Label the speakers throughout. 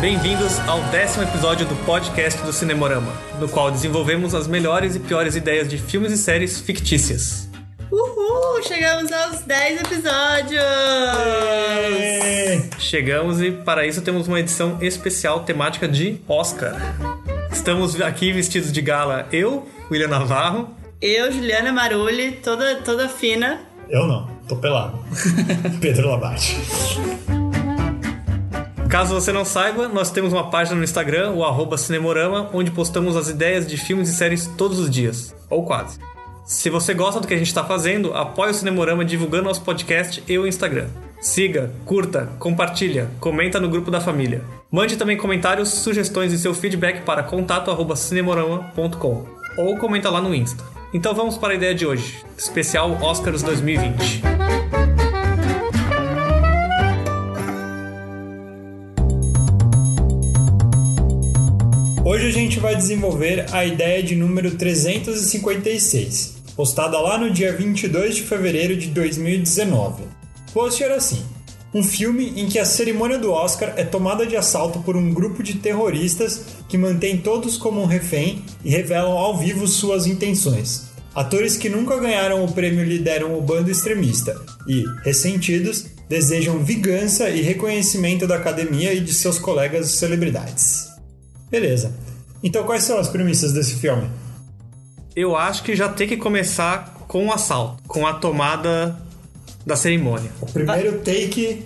Speaker 1: Bem-vindos ao décimo episódio do podcast do Cinemorama, no qual desenvolvemos as melhores e piores ideias de filmes e séries fictícias.
Speaker 2: Uhul! Chegamos aos 10 episódios!
Speaker 1: Chegamos e para isso temos uma edição especial temática de Oscar. Estamos aqui vestidos de gala eu, William Navarro,
Speaker 2: Eu, Juliana Marulli, toda, toda fina.
Speaker 3: Eu não, tô pelado. Pedro Labate.
Speaker 1: Caso você não saiba, nós temos uma página no Instagram, o arroba Cinemorama, onde postamos as ideias de filmes e séries todos os dias, ou quase. Se você gosta do que a gente está fazendo, apoie o Cinemorama divulgando nosso podcast e o Instagram. Siga, curta, compartilha, comenta no grupo da família. Mande também comentários, sugestões e seu feedback para contato@cinemorama.com ou comenta lá no Insta. Então vamos para a ideia de hoje, especial Oscars 2020.
Speaker 3: Hoje a gente vai desenvolver a ideia de número 356, postada lá no dia 22 de fevereiro de 2019. O post era assim: um filme em que a cerimônia do Oscar é tomada de assalto por um grupo de terroristas que mantém todos como um refém e revelam ao vivo suas intenções. Atores que nunca ganharam o prêmio lideram o bando extremista e, ressentidos, desejam vingança e reconhecimento da academia e de seus colegas celebridades. Beleza. Então, quais são as premissas desse filme?
Speaker 1: Eu acho que já tem que começar com o assalto, com a tomada da cerimônia.
Speaker 3: O primeiro take.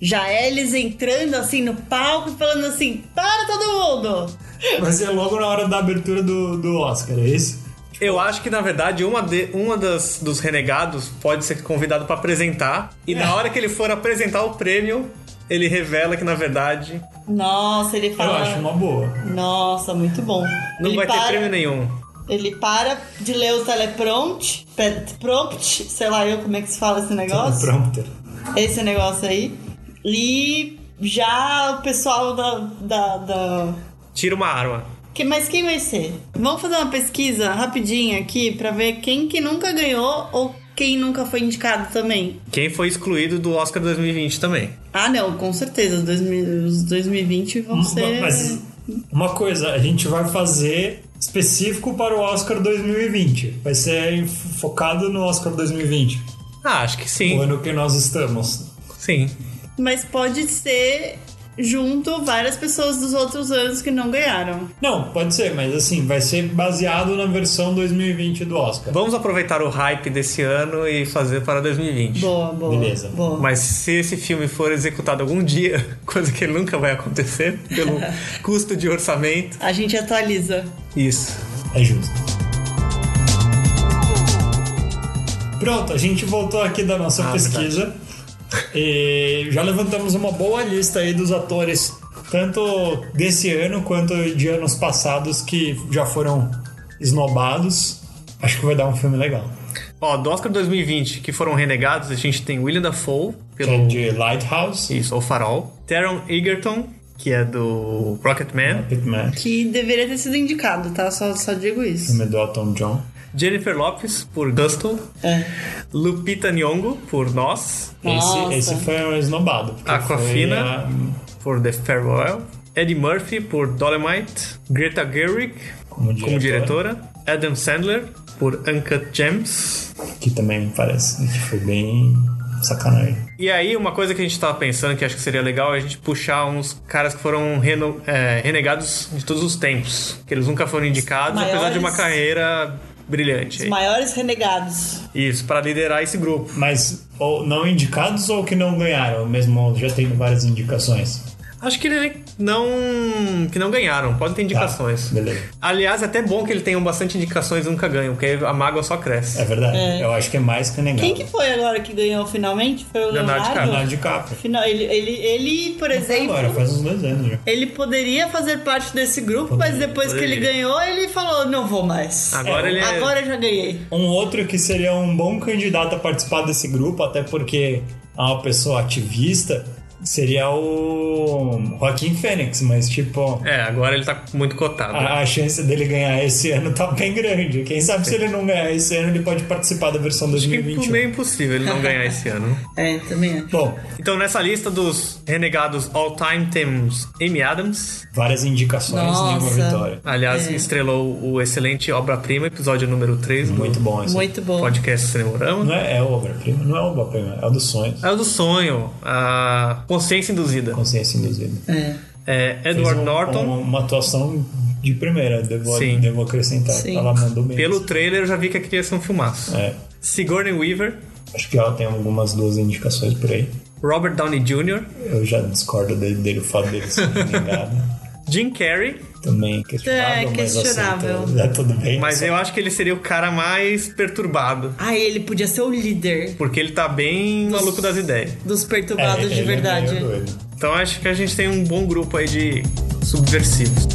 Speaker 2: Já é eles entrando assim no palco e falando assim: para todo mundo!
Speaker 3: Vai ser logo na hora da abertura do, do Oscar, é isso?
Speaker 2: Tipo,
Speaker 1: Eu acho que na verdade uma, de, uma das, dos renegados pode ser convidado para apresentar e
Speaker 2: É.
Speaker 1: na hora que ele for apresentar o prêmio ele revela que na verdade
Speaker 2: Nossa, ele
Speaker 3: Eu
Speaker 2: fala.
Speaker 3: acho Ah, uma boa.
Speaker 2: Nossa, muito bom.
Speaker 1: não
Speaker 2: ele
Speaker 1: vai
Speaker 2: para,
Speaker 1: ter prêmio nenhum.
Speaker 2: Ele para de ler o teleprompt, pe- prompt, sei lá eu como é que se fala esse negócio.
Speaker 3: Um Prompter.
Speaker 2: esse negócio aí. E já o pessoal da. da, da-
Speaker 1: Tira uma arma.
Speaker 2: Que, mas quem vai ser? Vamos fazer uma pesquisa rapidinha aqui pra ver quem que nunca ganhou ou quem nunca foi indicado também.
Speaker 1: Quem foi excluído do Oscar 2020 também.
Speaker 2: Ah, não, com certeza. Os, dois mil- os 2020 vão ser.
Speaker 3: Hum, Mas uma coisa, a gente vai fazer específico para o Oscar 2020. Vai ser focado no Oscar 2020,
Speaker 1: Ah, acho que
Speaker 3: o
Speaker 1: sim.
Speaker 3: ano que nós estamos.
Speaker 1: Sim.
Speaker 2: Mas pode ser junto várias pessoas dos outros anos que não ganharam.
Speaker 3: Não, pode ser, mas assim, vai ser baseado na versão 2020 do Oscar.
Speaker 1: Vamos aproveitar o hype desse ano e fazer para 2020.
Speaker 2: Boa, boa.
Speaker 3: Beleza.
Speaker 2: Boa.
Speaker 1: Mas se esse filme for executado algum dia, coisa que nunca vai acontecer pelo custo de orçamento,
Speaker 2: A gente atualiza.
Speaker 1: isso.
Speaker 3: É justo. Pronto, a gente voltou aqui da nossa
Speaker 1: Ah,
Speaker 3: pesquisa e já levantamos uma boa lista aí dos atores, tanto desse ano quanto de anos passados que já foram esnobados. Acho que vai dar um filme legal.
Speaker 1: Ó, do Oscar 2020, que foram renegados, a gente tem William Dafoe,
Speaker 3: Que é
Speaker 1: pelo
Speaker 3: de Lighthouse,
Speaker 1: isso, O Farol, Taron Egerton, que é do Rocketman,
Speaker 3: Pitman,
Speaker 2: Que deveria ter sido indicado, tá? Só, só digo isso.
Speaker 3: filme do Elton John.
Speaker 1: Jennifer Lopes por Dustle,
Speaker 2: É.
Speaker 1: Lupita Nyong'o por Nós,
Speaker 2: Nossa.
Speaker 3: Esse, esse foi um esnobado. porque
Speaker 1: Aquafina.
Speaker 3: foi ah, a-
Speaker 1: por The Farewell, Eddie Murphy por Dolomite, Greta Gerwig
Speaker 3: Como
Speaker 1: como
Speaker 3: diretora.
Speaker 1: diretora, Adam Sandler por Uncut Gems.
Speaker 3: que também parece que foi bem sacanagem.
Speaker 1: E aí, uma coisa que a gente tava pensando que acho que seria legal é a gente puxar uns caras que foram reno- é, renegados de todos os tempos. Que eles nunca foram indicados, apesar de uma
Speaker 2: maiores-
Speaker 1: carreira brilhante.
Speaker 2: Os
Speaker 1: aí.
Speaker 2: maiores renegados.
Speaker 1: Isso, para liderar esse grupo.
Speaker 3: Mas ou não indicados ou que não ganharam, mesmo já tendo várias indicações.
Speaker 1: Acho que ele não. que não ganharam, pode ter
Speaker 3: Tá,
Speaker 1: indicações.
Speaker 3: beleza.
Speaker 1: Aliás, é até bom que ele tenha bastante indicações e nunca ganham, porque aí a mágoa só cresce.
Speaker 3: É verdade.
Speaker 2: É.
Speaker 3: Eu acho que é mais que negado.
Speaker 2: Quem que foi agora que ganhou finalmente? Foi o
Speaker 1: Leonardo
Speaker 2: Leonardo?
Speaker 3: Leonardo DiCaprio.
Speaker 2: Final, ele, ele, ele, por exemplo,
Speaker 3: Agora, faz uns dois anos já.
Speaker 2: ele poderia fazer parte desse grupo, mas depois que ele
Speaker 1: poderia.
Speaker 2: ganhou, ele falou, não vou mais.
Speaker 1: Agora ele é-
Speaker 2: Agora eu já ganhei.
Speaker 3: Um outro que seria um bom candidato a participar desse grupo, até porque é uma pessoa ativista, seria o Joaquim Fênix, mas tipo,
Speaker 1: É, agora ele tá muito cotado.
Speaker 3: a, a chance dele ganhar esse ano tá bem grande. Quem sabe se ele não ganhar esse ano, ele pode participar da versão
Speaker 1: Acho que
Speaker 3: 2021.
Speaker 1: é meio impossível ele não ganhar esse ano.
Speaker 2: É, também acho.
Speaker 3: Bom,
Speaker 1: Então, nessa lista dos renegados all-time, temos Amy Adams.
Speaker 3: várias indicações, nenhuma
Speaker 2: Nossa.
Speaker 3: vitória.
Speaker 1: Aliás, estrelou o excelente Obra-Prima, episódio número 3
Speaker 3: Muito bom esse.
Speaker 2: Muito
Speaker 1: do
Speaker 2: bom.
Speaker 1: podcast Cinemorama.
Speaker 3: Não é, é obra-prima? Não é obra-prima, é o dos sonhos.
Speaker 1: É o do sonho, a consciência induzida.
Speaker 3: Consciência induzida.
Speaker 2: É.
Speaker 1: É
Speaker 3: Fez
Speaker 1: Edward
Speaker 3: um-
Speaker 1: Norton.
Speaker 3: um- uma atuação de primeira, devo,
Speaker 1: Sim.
Speaker 3: devo acrescentar.
Speaker 2: Sim.
Speaker 3: Ela mandou bem.
Speaker 1: Pelo trailer, eu já vi que queria ser um filmaço.
Speaker 3: É,
Speaker 1: Sigourney Weaver,
Speaker 3: acho que ela tem algumas duas indicações por aí.
Speaker 1: Robert Downey Jr.,
Speaker 3: Eu já discordo dele, dele o fato dele ser renegado.
Speaker 1: Jim Carrey,
Speaker 3: Também questionável,
Speaker 2: É,
Speaker 3: mas
Speaker 2: questionável.
Speaker 3: aceito. É tudo bem.
Speaker 1: mas eu acho que ele seria o cara mais perturbado.
Speaker 2: Ah, ele podia ser o líder
Speaker 1: Porque ele tá bem maluco das ideias.
Speaker 2: dos
Speaker 3: É,
Speaker 2: perturbados
Speaker 3: ele
Speaker 2: um de
Speaker 3: é
Speaker 2: verdade.
Speaker 3: meio doido.
Speaker 1: Então acho que a gente tem um bom grupo aí de subversivos.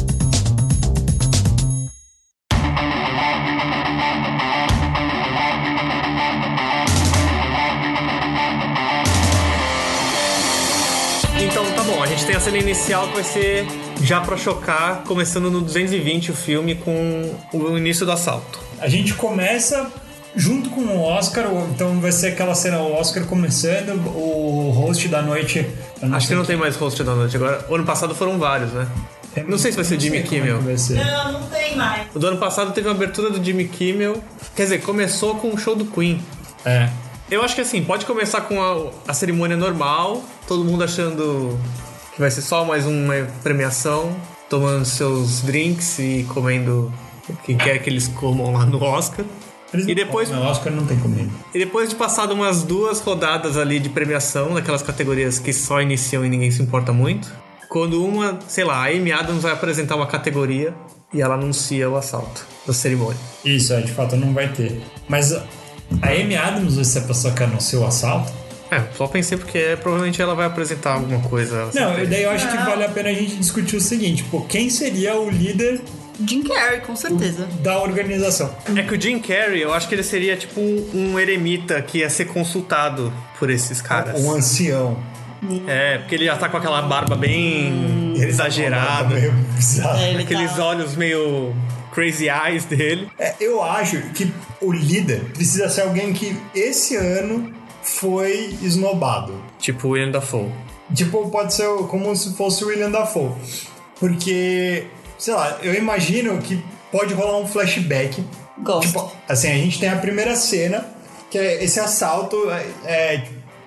Speaker 1: Então tá bom, a gente tem a cena inicial que vai ser já pra chocar, começando no 220 o filme com o início do assalto.
Speaker 3: A gente começa junto com o Oscar, ou- então vai ser aquela cena, o Oscar começando, o host da noite. eu
Speaker 1: Acho que
Speaker 3: sei
Speaker 1: não tem mais host da noite agora. O ano passado foram vários, né?
Speaker 3: quem-
Speaker 1: não sei se vai ser o Jimmy
Speaker 3: sei como é
Speaker 1: Kimmel.
Speaker 3: que vai ser.
Speaker 2: Não, não tem mais.
Speaker 1: O do ano passado teve uma abertura do Jimmy Kimmel. Quer dizer, começou com o show do Queen.
Speaker 3: É.
Speaker 1: Eu acho que assim, pode começar com a, a cerimônia normal, todo mundo achando que vai ser só mais uma premiação, tomando seus drinks e comendo o que quer que eles comam lá no Oscar.
Speaker 3: Eles
Speaker 1: E
Speaker 3: não
Speaker 1: depois,
Speaker 3: comem, o Oscar não tem comida.
Speaker 1: e depois de passado umas duas rodadas ali de premiação, daquelas categorias que só iniciam e ninguém se importa muito, quando uma, sei lá, a Amy Adams vai apresentar uma categoria e ela anuncia o assalto da cerimônia.
Speaker 3: Isso, é, de fato não vai ter. Mas a Amy Adams vai ser a pessoa que anunciou o assalto?
Speaker 1: É, só pensei porque é, provavelmente ela vai apresentar alguma coisa.
Speaker 3: Não, eu- daí eu acho que
Speaker 2: Não.
Speaker 3: vale a pena a gente discutir o seguinte, pô, quem seria o líder
Speaker 2: Jim Carrey, com certeza.
Speaker 3: da organização?
Speaker 1: É que o Jim Carrey, eu acho que ele seria tipo um, um eremita que ia ser consultado por esses caras.
Speaker 3: Um ancião. um-
Speaker 1: É, porque ele já tá com aquela barba bem
Speaker 3: Ele tá com uma barba
Speaker 1: exagerada,
Speaker 3: meio bizarra.
Speaker 2: É, ele
Speaker 1: aqueles
Speaker 2: tá...
Speaker 1: olhos meio crazy eyes dele.
Speaker 3: É, eu acho que o líder precisa ser alguém que esse ano foi esnobado.
Speaker 1: Tipo o William Dafoe.
Speaker 3: Tipo, pode ser como se fosse o William Dafoe. Porque, sei lá, eu imagino que pode rolar um flashback.
Speaker 2: Gosto.
Speaker 3: Tipo, assim, a gente tem a primeira cena, que é esse assalto é, é,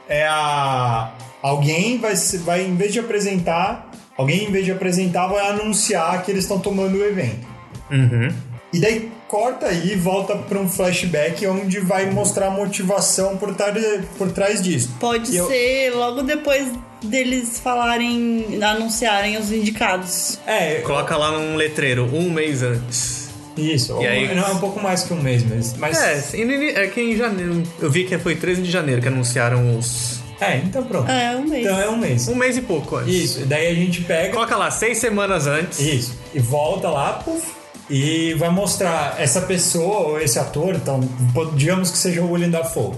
Speaker 3: é a. Alguém vai, se- vai, em vez de apresentar, alguém em vez de apresentar, vai anunciar que eles estão tomando o evento.
Speaker 1: Uhum.
Speaker 3: E daí corta aí e volta pra um flashback onde vai mostrar a motivação por, tar- por trás disso.
Speaker 2: Pode
Speaker 3: E eu-
Speaker 2: ser logo depois deles falarem, anunciarem os indicados.
Speaker 3: É,
Speaker 1: Coloca lá num letreiro, um mês antes.
Speaker 3: Isso.
Speaker 1: E
Speaker 3: um-
Speaker 1: aí-
Speaker 3: Não, é um pouco mais que um mês mesmo. Mas.
Speaker 1: É,
Speaker 3: É,
Speaker 1: assim, no ini- é que em janeiro. Eu vi que foi 13 de janeiro que anunciaram os.
Speaker 3: então pronto.
Speaker 2: É, um mês.
Speaker 3: Então é um mês.
Speaker 1: Um mês e pouco antes.
Speaker 3: Isso. E daí a gente pega.
Speaker 1: Coloca lá, seis semanas antes.
Speaker 3: Isso. E volta lá, puf. E vai mostrar essa pessoa, ou esse ator, então, po- digamos que seja o William Dafoe.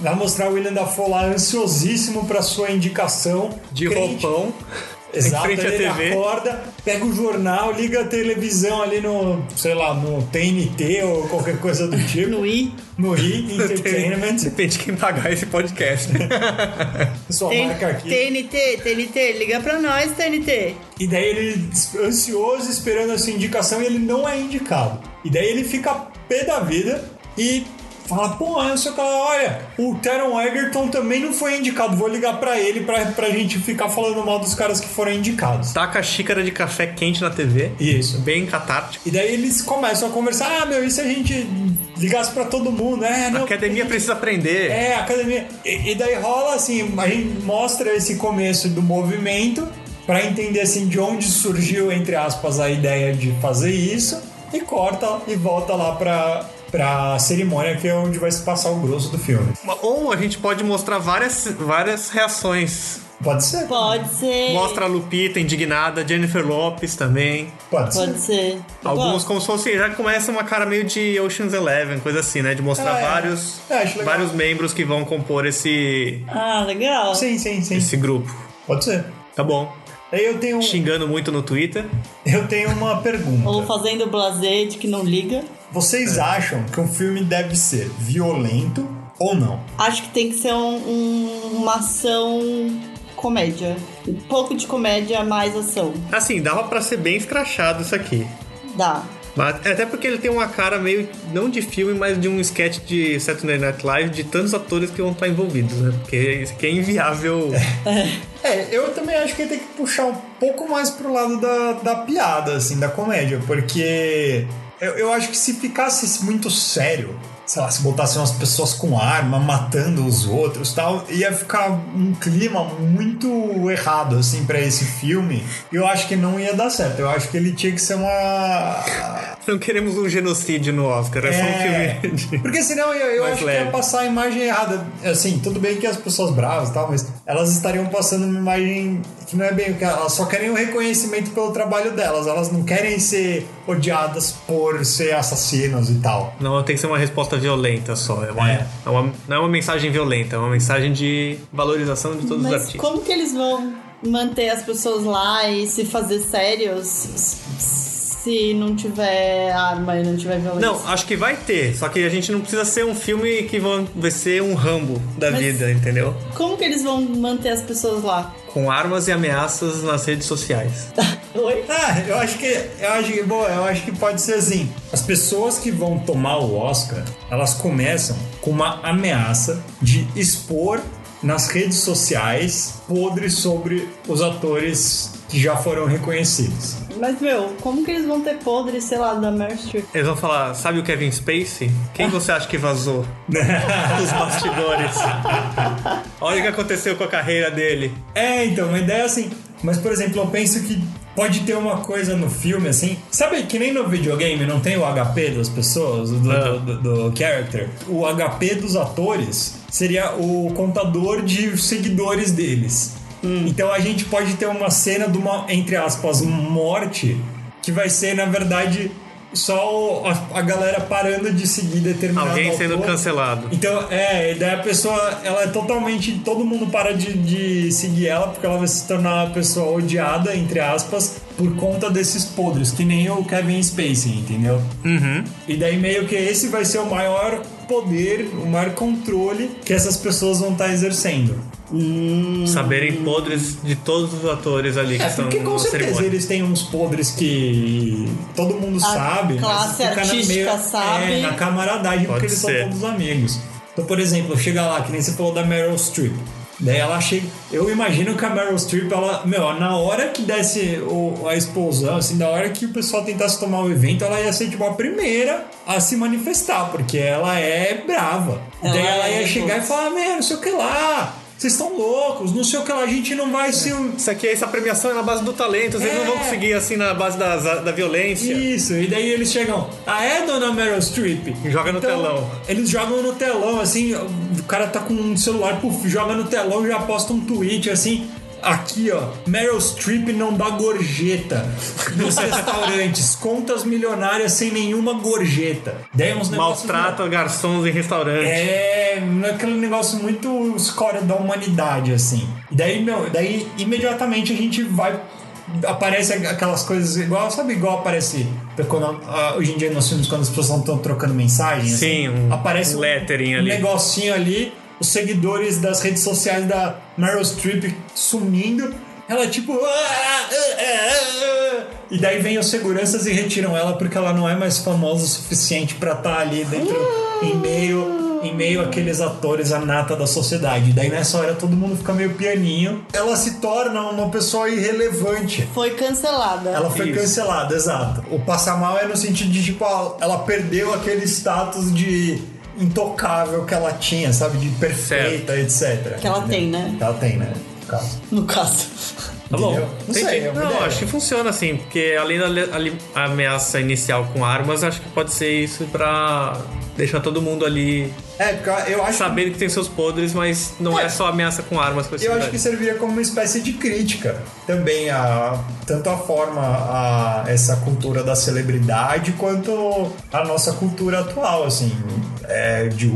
Speaker 3: Vai mostrar o William Dafoe lá ansiosíssimo pra sua indicação.
Speaker 1: De
Speaker 3: crente-
Speaker 1: roupão.
Speaker 3: Exato,
Speaker 1: frente à
Speaker 3: ele
Speaker 1: TV.
Speaker 3: acorda, pega o jornal, liga a televisão ali no, sei lá, no TNT ou qualquer coisa do tipo,
Speaker 2: No I.
Speaker 3: no Hit
Speaker 1: De
Speaker 3: Entertainment,
Speaker 1: repente quem pagar esse podcast. né?
Speaker 3: sua
Speaker 2: T-
Speaker 3: marca aqui.
Speaker 2: TNT, TNT, liga pra nós, TNT.
Speaker 3: E daí ele ansioso esperando a sua indicação e ele não é indicado. E daí ele fica pé da vida e fala: pô, eu sou cara, olha, o Teron Egerton também não foi indicado, vou ligar pra ele pra, pra gente ficar falando mal dos caras que foram indicados.
Speaker 1: Taca a xícara de café quente na TV.
Speaker 3: Isso.
Speaker 1: Bem catártico.
Speaker 3: E daí eles começam a conversar: ah, meu, e se a gente ligasse pra todo mundo? É,
Speaker 1: A
Speaker 3: não.
Speaker 1: academia precisa aprender.
Speaker 3: É, a academia. E, e daí rola assim, a gente mostra esse começo do movimento pra entender assim de onde surgiu entre aspas a ideia de fazer isso e corta e volta lá pra para cerimônia que é onde vai se passar o grosso do filme.
Speaker 1: Ou a gente pode mostrar várias, várias reações.
Speaker 3: Pode ser?
Speaker 2: Pode ser.
Speaker 1: Mostra a Lupita indignada, Jennifer Lopes também.
Speaker 3: Pode
Speaker 2: Pode
Speaker 3: ser.
Speaker 2: ser. Tá Eu
Speaker 1: Alguns
Speaker 2: gosto.
Speaker 1: como se fosse, já começa uma cara meio de Ocean's Eleven, coisa assim, né? De mostrar
Speaker 3: Ah, é.
Speaker 1: vários,
Speaker 3: É, acho legal.
Speaker 1: vários membros que vão compor esse,
Speaker 2: Ah, legal.
Speaker 3: Sim, sim, sim.
Speaker 1: esse grupo.
Speaker 3: Pode ser.
Speaker 1: Tá bom.
Speaker 3: Aí eu tenho,
Speaker 1: Xingando muito no Twitter.
Speaker 3: eu tenho uma pergunta.
Speaker 2: Ou fazendo blazer de que não liga.
Speaker 3: Vocês acham que um filme deve ser violento ou não?
Speaker 2: Acho que tem que ser um- um- uma ação comédia. Um pouco de comédia, mais ação.
Speaker 1: Assim, dava pra ser bem escrachado isso aqui.
Speaker 2: Dá.
Speaker 1: Mas, é até porque ele tem uma cara meio, não de filme, mas de um sketch de Saturday Night Live de tantos atores que vão estar envolvidos, né? Porque isso aqui é inviável.
Speaker 3: É, eu também acho que tem que puxar um pouco mais pro lado da, da piada, assim, da comédia, porque eu, eu acho que se ficasse muito sério, sei lá, se botassem umas pessoas com arma matando os outros tal, ia ficar um clima muito errado, assim, pra esse filme. E eu acho que não ia dar certo. Eu acho que ele tinha que ser uma.
Speaker 1: Não queremos um genocídio no Oscar, é,
Speaker 3: É,
Speaker 1: só um filme. de-
Speaker 3: Porque senão eu, eu
Speaker 1: Mais
Speaker 3: acho que
Speaker 1: leve.
Speaker 3: ia passar a imagem errada. Assim, tudo bem que as pessoas bravas e tal, mas elas estariam passando uma imagem que não é bem o que elas só querem o reconhecimento pelo trabalho delas. Elas não querem ser odiadas por ser assassinos e tal.
Speaker 1: Não, tem que ser uma resposta violenta só. É uma,
Speaker 3: É.
Speaker 1: é uma- não é uma mensagem violenta, é uma mensagem de valorização de todos os
Speaker 2: Mas
Speaker 1: artistas.
Speaker 2: como que eles vão manter as pessoas lá e se fazer sérios se não tiver arma e não tiver violência?
Speaker 1: Não, acho que vai ter, só que a gente não precisa ser um filme que vão- vai ser um Rambo da
Speaker 2: Mas-
Speaker 1: vida, entendeu?
Speaker 2: Como que eles vão manter as pessoas lá?
Speaker 1: Com armas e ameaças nas redes sociais.
Speaker 2: Oi?
Speaker 3: Ah, eu acho que. Eu acho que. Boa, eu acho que pode ser assim. As pessoas que vão tomar o Oscar, elas começam com uma ameaça de expor nas redes sociais podres sobre os atores que já foram reconhecidos.
Speaker 2: Mas, meu, como que eles vão ter podre, sei lá, da Meryl Streep?
Speaker 1: Eles vão falar, sabe o Kevin Spacey? Quem você acha que vazou? Os bastidores. Olha o que aconteceu com a carreira dele.
Speaker 3: É, então, uma ideia assim. Mas, por exemplo, eu penso que pode ter uma coisa no filme, assim. Sabe que nem no videogame não tem o HP das pessoas, do,
Speaker 1: Ah.
Speaker 3: do, do- do character? O HP dos atores seria o contador de seguidores deles.
Speaker 1: Hum.
Speaker 3: Então a gente pode ter uma cena de uma, entre aspas, morte, que vai ser, na verdade, só o- a, a galera parando de seguir determinado
Speaker 1: Alguém sendo
Speaker 3: autor.
Speaker 1: cancelado.
Speaker 3: Então, é, e daí a pessoa, ela é totalmente. Todo mundo para de, de seguir ela, porque ela vai se tornar uma pessoa odiada, entre aspas, por conta desses podres, que nem o Kevin Spacey, entendeu?
Speaker 1: Uhum.
Speaker 3: E daí meio que esse vai ser o maior poder, o maior controle que essas pessoas vão estar exercendo.
Speaker 1: Saberem podres de todos os atores ali que
Speaker 3: É,
Speaker 1: estão
Speaker 3: porque com
Speaker 1: na
Speaker 3: certeza
Speaker 1: cerimônia.
Speaker 3: eles têm uns podres que todo mundo
Speaker 2: A
Speaker 3: sabe. mas
Speaker 2: classe
Speaker 3: fica na
Speaker 2: artística sabe.
Speaker 3: É, na camaradagem,
Speaker 1: Pode
Speaker 3: porque eles
Speaker 1: ser.
Speaker 3: são todos amigos. Então, por exemplo, chega lá, que nem você falou da Meryl Streep. Daí ela chega. Eu imagino que a Meryl Streep, ela. Meu, na hora que desse o- a explosão, assim, na hora que o pessoal tentasse tomar o evento, ela ia ser, tipo, a primeira a se manifestar, porque ela é brava.
Speaker 2: Ela
Speaker 3: Daí ela
Speaker 2: é
Speaker 3: ia chegar e falar: "Ah, Meu, não sei o que lá. Vocês estão loucos, não sei o que lá, a gente não
Speaker 2: É.
Speaker 3: vai se.
Speaker 1: Isso aqui, essa premiação é na base do talento, vocês não
Speaker 3: É.
Speaker 1: vão conseguir assim na base das- da, violência.
Speaker 3: Isso, e daí eles chegam, ah é, dona Meryl Streep? Então,
Speaker 1: Joga no telão.
Speaker 3: Eles jogam no telão, assim, o cara tá com um celular, puf, joga no telão e já posta um tweet assim. Aqui, ó, Meryl Streep não dá gorjeta nos restaurantes. Contas milionárias sem nenhuma gorjeta. Daí uns negócios-
Speaker 1: Maltrata garçons em restaurante.
Speaker 3: é, aquele negócio muito escória da humanidade, assim. E daí, meu, daí imediatamente a gente vai. Aparece aquelas coisas igual, sabe, igual aparece quando, ah, hoje em dia nos filmes, quando as pessoas estão trocando mensagem. assim,
Speaker 1: Sim, um
Speaker 3: aparece
Speaker 1: lettering ali.
Speaker 3: negocinho ali, os seguidores das redes sociais da Meryl Streep sumindo. Ela tipo. "Ah, ah, ah, ah", E daí vem os seguranças e retiram ela porque ela não é mais famosa o suficiente pra estar ali dentro, em meio em meio àqueles atores, a nata da sociedade. Daí nessa hora todo mundo fica meio pianinho. Ela se torna uma pessoa irrelevante.
Speaker 2: Foi cancelada.
Speaker 3: Ela foi
Speaker 1: Isso.
Speaker 3: cancelada, exato. O passar mal é no sentido de, tipo, ah, ela perdeu aquele status de intocável que ela tinha, sabe? De perfeita, etc.
Speaker 2: Que ela
Speaker 3: Entendeu?
Speaker 2: tem, né?
Speaker 3: Que ela tem, né? No caso.
Speaker 2: No caso.
Speaker 1: Tá bom.
Speaker 3: Entendeu? Não
Speaker 1: Entendi.
Speaker 3: sei, é uma
Speaker 1: Não,
Speaker 3: ideia.
Speaker 1: acho que funciona assim, porque além da le- ali- a ameaça inicial com armas, acho que pode ser isso pra deixar todo mundo ali
Speaker 3: É, porque eu acho
Speaker 1: sabendo que tem seus podres, mas não é,
Speaker 3: É.
Speaker 1: só ameaça com armas. Com
Speaker 3: Eu acho que serviria como uma espécie de crítica também a tanto a forma a essa cultura da celebridade quanto a nossa cultura atual, assim, é, de o,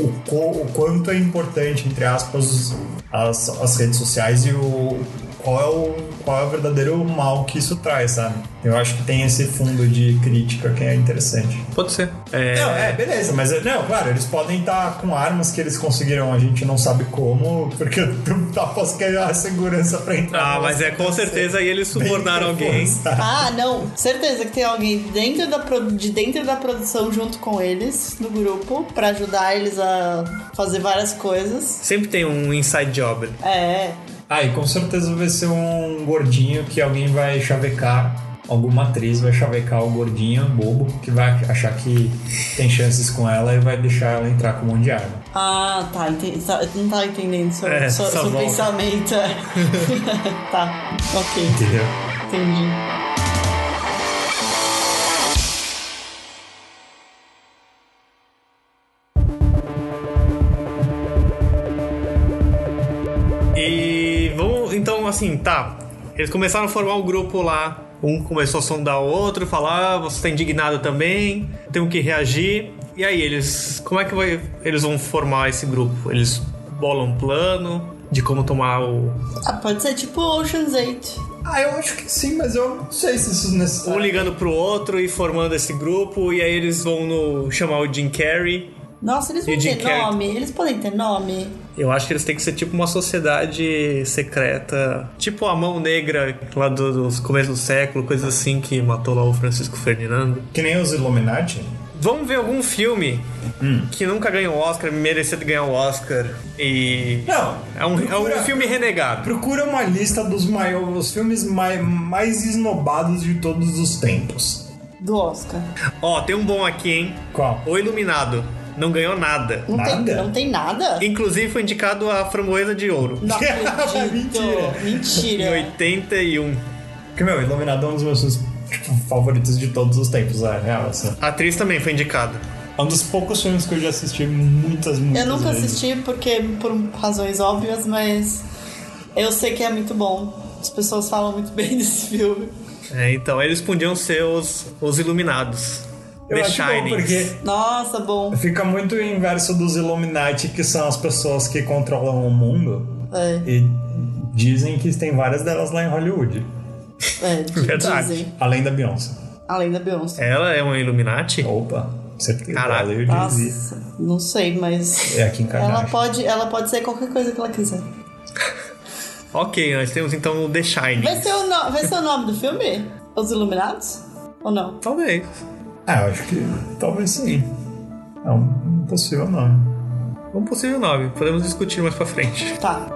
Speaker 3: o, co- o quanto é importante entre aspas as, as redes sociais e o qual é o qual é o verdadeiro mal que isso traz, sabe? Eu acho que tem esse fundo de crítica que é interessante.
Speaker 1: Pode ser.
Speaker 3: Não, é, beleza, mas não, claro, eles podem estar com armas que eles conseguiram, a gente não sabe como, porque o Tapas quer a segurança pra entrar.
Speaker 1: Ah, mas é com certeza aí eles subornaram alguém.
Speaker 2: Ah, não. Certeza que tem alguém dentro da, pro- de dentro da produção junto com eles, do grupo, pra ajudar eles a fazer várias coisas.
Speaker 1: Sempre tem um inside job.
Speaker 2: É.
Speaker 3: Ah, e com certeza vai ser um gordinho que alguém vai chavecar. Alguma atriz vai chavecar o gordinho bobo que vai achar que tem chances com ela e vai deixar ela entrar com um monte de arma.
Speaker 2: Ah, tá. Entendi. Tá- Não tava entendendo seu,
Speaker 1: É,
Speaker 2: seu,
Speaker 1: essa
Speaker 2: seu
Speaker 1: volta.
Speaker 2: pensamento. é. tá. Ok.
Speaker 3: Entendeu?
Speaker 2: Entendi.
Speaker 1: E vamos, então, assim, tá. Eles começaram a formar um grupo lá. Um começou a sondar o outro, falar, "Ah, você tá indignado também, tem que reagir. E aí, eles. Como é que vai, eles vão formar esse grupo? Eles bolam um plano de como tomar o.
Speaker 2: Ah, pode ser tipo Ocean's 8.
Speaker 3: Ah, eu acho que sim, mas eu não sei se isso é
Speaker 1: Um
Speaker 3: necessário.
Speaker 1: ligando pro outro e formando esse grupo. E aí eles vão no, chamar o Jim Carrey.
Speaker 2: Nossa, eles vão
Speaker 1: E o Jim
Speaker 2: ter
Speaker 1: Carrey.
Speaker 2: nome? Eles podem ter nome?
Speaker 1: Eu acho que eles têm que ser tipo uma sociedade secreta, tipo a mão negra lá do, dos começos do século, coisa assim que matou lá o Francisco Ferdinando.
Speaker 3: Que nem os Illuminati.
Speaker 1: Vamos ver algum filme que nunca ganhou Oscar, merecia ganhar o Oscar e
Speaker 3: Não.
Speaker 1: é um, é um
Speaker 3: procura-
Speaker 1: filme renegado.
Speaker 3: Procura uma lista dos maiores, os filmes mai- mais esnobados de todos os tempos.
Speaker 2: Do Oscar.
Speaker 1: Ó, tem um bom aqui, hein?
Speaker 3: Qual?
Speaker 1: O Iluminado não ganhou nada.
Speaker 2: Não,
Speaker 3: Nada?
Speaker 2: Tem, não tem nada?
Speaker 1: Inclusive foi indicado a Framboesa de Ouro
Speaker 2: Não acredito.
Speaker 3: Mentira.
Speaker 1: em
Speaker 2: Mentira.
Speaker 1: 81.
Speaker 3: Porque, meu, Iluminado é um dos meus filmes tipo, favoritos de todos os tempos, é real, assim.
Speaker 1: A atriz também foi indicada.
Speaker 3: É um dos poucos filmes que eu já assisti muitas,
Speaker 2: Eu
Speaker 3: muitas
Speaker 2: nunca
Speaker 3: vezes.
Speaker 2: assisti porque por razões óbvias, mas eu sei que é muito bom. As pessoas falam muito bem desse filme.
Speaker 1: É, então, eles podiam ser os, os iluminados.
Speaker 3: Eu
Speaker 1: The
Speaker 3: acho bom,
Speaker 1: Shining.
Speaker 3: porque
Speaker 2: Nossa, bom.
Speaker 3: fica muito o inverso dos Illuminati, que são as pessoas que controlam o mundo.
Speaker 2: É,
Speaker 3: E dizem que tem várias delas lá em Hollywood.
Speaker 2: é
Speaker 1: Verdade.
Speaker 2: dizem.
Speaker 3: Além da Beyoncé.
Speaker 2: Além da Beyoncé.
Speaker 1: Ela é uma Illuminati?
Speaker 3: Opa, certeza.
Speaker 1: Caraca.
Speaker 3: Ela e o Jay-Z.
Speaker 2: Nossa, não sei, mas.
Speaker 3: É a Kim
Speaker 2: Ela
Speaker 3: Kardashian.
Speaker 2: pode, ela pode ser qualquer coisa que ela quiser.
Speaker 1: Ok, nós temos então o The Shining.
Speaker 2: Vai ser o, no- vai ser o nome do filme? Os Iluminados? Ou não?
Speaker 1: Talvez.
Speaker 3: Ah, eu acho que talvez sim. É um possível nome.
Speaker 1: Um possível nome. Podemos discutir mais pra frente.
Speaker 2: Tá.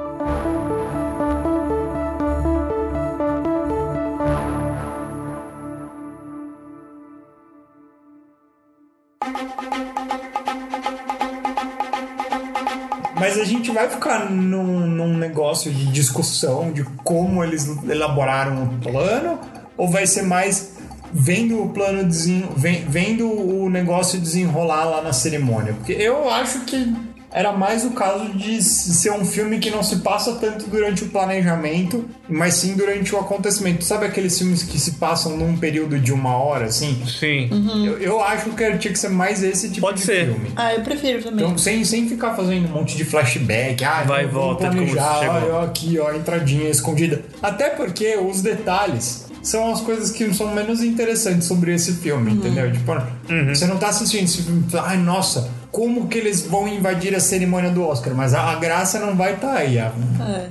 Speaker 3: Mas a gente vai ficar num, num negócio de discussão de como eles elaboraram o plano? Ou vai ser mais vendo o plano desen... ven- vendo o negócio desenrolar lá na cerimônia? Porque eu acho que era mais o caso de s- ser um filme que não se passa tanto durante o planejamento, mas sim durante o acontecimento. Sabe aqueles filmes que se passam num período de uma hora, assim?
Speaker 1: Sim.
Speaker 3: Eu, eu acho que tinha que ser mais esse tipo
Speaker 1: Pode
Speaker 3: de
Speaker 1: ser.
Speaker 3: filme.
Speaker 2: Ah, eu prefiro também.
Speaker 3: Então, sem, sem ficar fazendo um monte de flashback, ah,
Speaker 1: Vai e
Speaker 3: vamos
Speaker 1: volta, como
Speaker 3: planejar,
Speaker 1: você chegou.
Speaker 3: ó, ó, aqui, ó, a entradinha escondida. Até porque os detalhes são as coisas que são menos interessantes sobre esse filme, entendeu? Tipo,
Speaker 1: Uhum.
Speaker 3: você não tá assistindo esse filme, fala, ai, nossa, como que eles vão invadir a cerimônia do Oscar? Mas a, a graça não vai estar aí. A,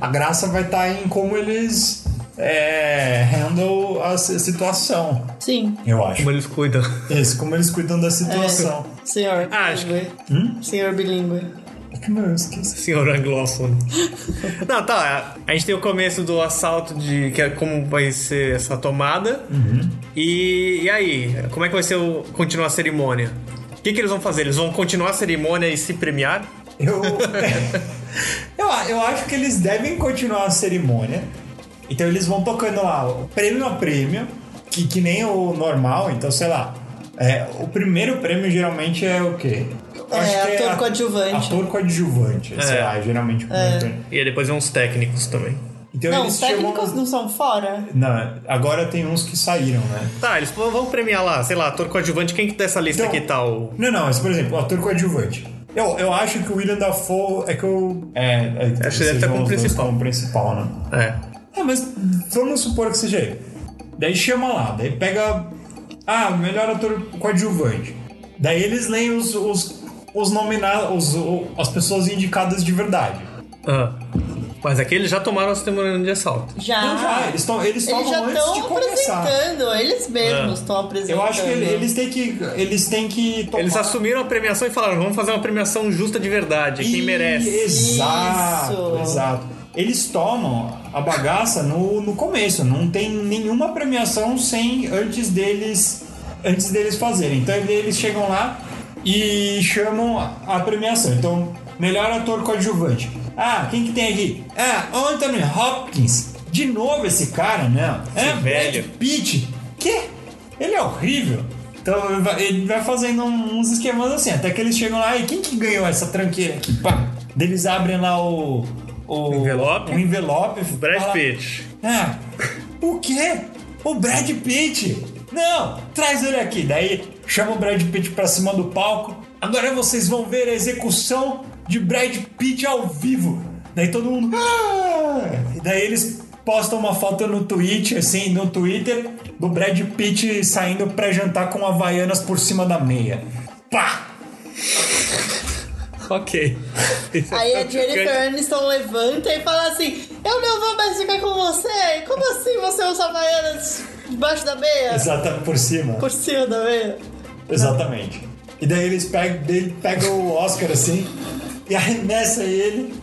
Speaker 3: a graça vai estar em como eles é, handle a si- situação,
Speaker 2: Sim,
Speaker 3: eu acho.
Speaker 1: Como eles cuidam.
Speaker 3: É Isso, como eles cuidam da situação.
Speaker 2: É, senhor.
Speaker 1: Ah, acho que-
Speaker 2: bilíngue. Senhor bilíngue.
Speaker 3: É. Que meu, eu esqueci.
Speaker 1: Senhor anglófono. Não, tá. A gente tem o começo do assalto de que é como vai ser essa tomada. E, e aí? Como é que vai ser o continuar a cerimônia? O que, que eles vão fazer? Eles vão continuar a cerimônia e se premiar?
Speaker 3: Eu, eu, a- eu acho que eles devem continuar a cerimônia. Então eles vão tocando lá, o prêmio a prêmio, que, que nem o normal, então sei lá. é, o primeiro prêmio geralmente é o quê? Eu
Speaker 2: É, ator
Speaker 3: a-
Speaker 2: coadjuvante.
Speaker 3: Ator coadjuvante, sei lá, geralmente. o primeiro prêmio.
Speaker 1: E aí depois vem uns técnicos também.
Speaker 3: Então
Speaker 2: não,
Speaker 3: eles
Speaker 2: os
Speaker 3: chegam.
Speaker 2: técnicos não são fora?
Speaker 3: Não, agora tem uns que saíram, né?
Speaker 1: Tá, eles vão vão premiar lá, sei lá, ator coadjuvante, quem que dessa lista
Speaker 3: Então-
Speaker 1: aqui tá o.
Speaker 3: Não, não, mas por exemplo, o ator coadjuvante. Eu, eu acho que o William Dafoe é que eu. É, é
Speaker 1: Acho que deve
Speaker 3: sejam
Speaker 1: estar como
Speaker 3: os dois
Speaker 1: principal.
Speaker 3: como principal, né?
Speaker 1: É.
Speaker 3: É, mas vamos supor que seja ele. Daí chama lá, daí pega. Ah, melhor ator coadjuvante. Daí eles leem os, os, os nominados, as pessoas indicadas de verdade.
Speaker 1: Ah. Mas aqui eles já tomaram a Cinemorama de assalto.
Speaker 2: Já.
Speaker 3: Não, já, Então eles, tão, eles
Speaker 2: Ah, Eles já
Speaker 3: tomam antes de
Speaker 2: estão
Speaker 3: começar.
Speaker 2: apresentando, eles mesmos estão apresentando.
Speaker 3: Eu acho que ele- eles têm que. Eles têm que tomar.
Speaker 1: Eles assumiram a premiação e falaram: vamos fazer uma premiação justa de verdade, quem
Speaker 3: E-
Speaker 1: merece.
Speaker 3: Exato,
Speaker 2: Isso.
Speaker 3: exato. Eles tomam a bagaça no, no começo, não tem nenhuma premiação sem antes deles antes deles fazerem. Então ele- eles chegam lá e chamam a premiação. Então, melhor ator coadjuvante. Ah, quem que tem aqui? Ah, Anthony Hopkins. De novo esse cara, né?
Speaker 1: Esse
Speaker 3: é
Speaker 1: velho.
Speaker 3: Brad Pitt. Quê? Ele é horrível. Então ele vai- ele vai fazendo um- uns esquemas assim, até que eles chegam lá e quem que ganhou essa tranqueira aqui? Pá. Eles abrem lá o. o
Speaker 1: Envelope.
Speaker 3: O envelope.
Speaker 1: Brad
Speaker 3: fala,
Speaker 1: Pitt.
Speaker 3: Ah, o quê? O Brad Pitt! Não! Traz ele aqui! Daí chama o Brad Pitt pra cima do palco. Agora vocês vão ver a execução de Brad Pitt ao vivo. Daí todo mundo. "Ah!" Daí eles postam uma foto no Twitch, assim, no Twitter, do Brad Pitt saindo pra jantar com Havaianas por cima da meia. Pá!
Speaker 1: Ok. Isso é
Speaker 2: Aí a
Speaker 1: chocante.
Speaker 2: Jennifer Aniston levanta e fala assim: Eu não vou mais ficar com você! Como assim você usa Havaianas debaixo da meia?
Speaker 3: Exatamente por cima.
Speaker 2: Por cima da meia?
Speaker 3: Exatamente. E daí eles pegam, ele pega o Oscar assim e arremessa ele.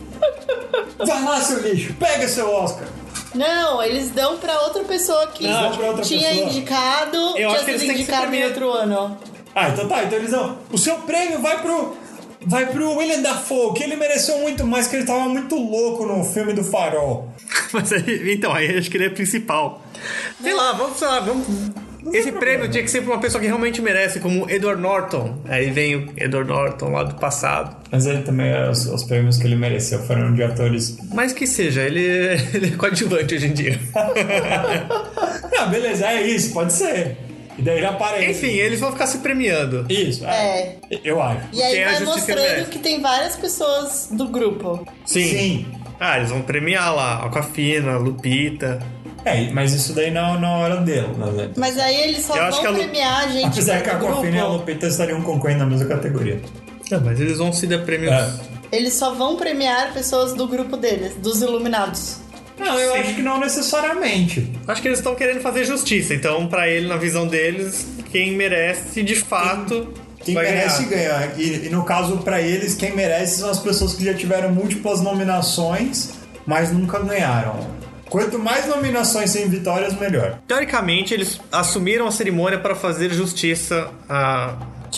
Speaker 3: Vai lá, seu lixo, pega seu Oscar.
Speaker 2: Não, eles dão pra outra pessoa que
Speaker 3: Não, dão pra outra
Speaker 2: tinha
Speaker 3: pessoa.
Speaker 2: indicado,
Speaker 1: Eu
Speaker 2: tinha
Speaker 1: acho que eles
Speaker 2: sido
Speaker 1: têm que ser
Speaker 2: indicado em
Speaker 1: premiados.
Speaker 2: outro ano.
Speaker 3: Ah, então tá, então eles não. O seu prêmio vai pro. Vai pro William Dafoe, que ele mereceu muito mais, que ele tava muito louco no filme do Farol.
Speaker 1: Mas aí, então, aí acho que ele é principal. Sei lá, vamos, sei lá, vamos. Esse prêmio tinha que ser pra uma pessoa que realmente merece, como Edward Norton. Aí vem o Edward Norton lá do passado.
Speaker 3: Mas ele também, os, os prêmios que ele mereceu foram de atores.
Speaker 1: Mas que seja, ele, ele é coadjuvante hoje em dia.
Speaker 3: Ah, beleza, é isso, pode ser. E daí ele aparece.
Speaker 1: Enfim, eles vão ficar se premiando.
Speaker 3: Isso,
Speaker 2: É.
Speaker 3: Eu acho.
Speaker 2: E aí
Speaker 1: Quem
Speaker 2: vai
Speaker 1: ajusta que merece.
Speaker 2: mostrando que tem várias pessoas do grupo.
Speaker 1: Sim. Ah, eles vão premiar lá Aquafina, Lupita.
Speaker 3: É, mas isso daí não na hora dele, né?
Speaker 2: Mas aí eles só
Speaker 1: Eu acho
Speaker 2: vão
Speaker 1: que a Lu-
Speaker 2: premiar a gente.
Speaker 3: Apesar que a
Speaker 2: do grupo.
Speaker 3: Aquafina e a Lupita estariam concorrendo na mesma categoria.
Speaker 1: Não, Ah, mas eles vão se dar prêmios.
Speaker 3: É.
Speaker 2: Eles só vão premiar pessoas do grupo deles, dos iluminados.
Speaker 3: Não, eu
Speaker 1: Sim.
Speaker 3: acho que não necessariamente.
Speaker 1: Acho que eles estão querendo fazer justiça. Então, pra ele, na visão deles, quem merece de fato
Speaker 3: Quem
Speaker 1: vai
Speaker 3: merece
Speaker 1: ganhar.
Speaker 3: ganha. E, e no caso, pra eles, quem merece são as pessoas que já tiveram múltiplas nominações, mas nunca ganharam. Quanto mais nominações sem vitórias, melhor.
Speaker 1: Teoricamente, eles assumiram a cerimônia para fazer justiça a-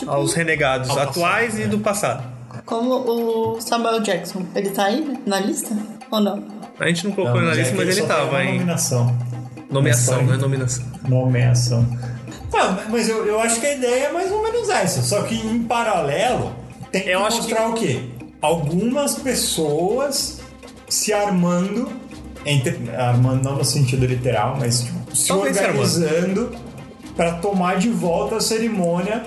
Speaker 1: aos renegados
Speaker 3: Tipo, ao
Speaker 1: atuais
Speaker 3: passado,
Speaker 1: e
Speaker 3: né?
Speaker 1: do passado.
Speaker 2: Como o Samuel Jackson. Ele tá aí na lista? Ou não?
Speaker 1: A gente não colocou ele na
Speaker 3: mas é
Speaker 1: lista,
Speaker 3: que
Speaker 1: mas ele
Speaker 3: só tem
Speaker 1: tava
Speaker 3: uma
Speaker 1: em
Speaker 3: Nominação.
Speaker 1: nomeação,
Speaker 3: Mas só
Speaker 1: né?
Speaker 3: em-
Speaker 1: Nominação.
Speaker 3: Nomeação. Tá, mas eu, eu acho que a ideia é mais ou menos essa. Só que em paralelo, tem que
Speaker 1: Eu acho
Speaker 3: mostrar o quê? Algumas pessoas se armando, entre- armando não no sentido literal, mas tipo, se
Speaker 1: Talvez se armando.
Speaker 3: organizando para tomar de volta a cerimônia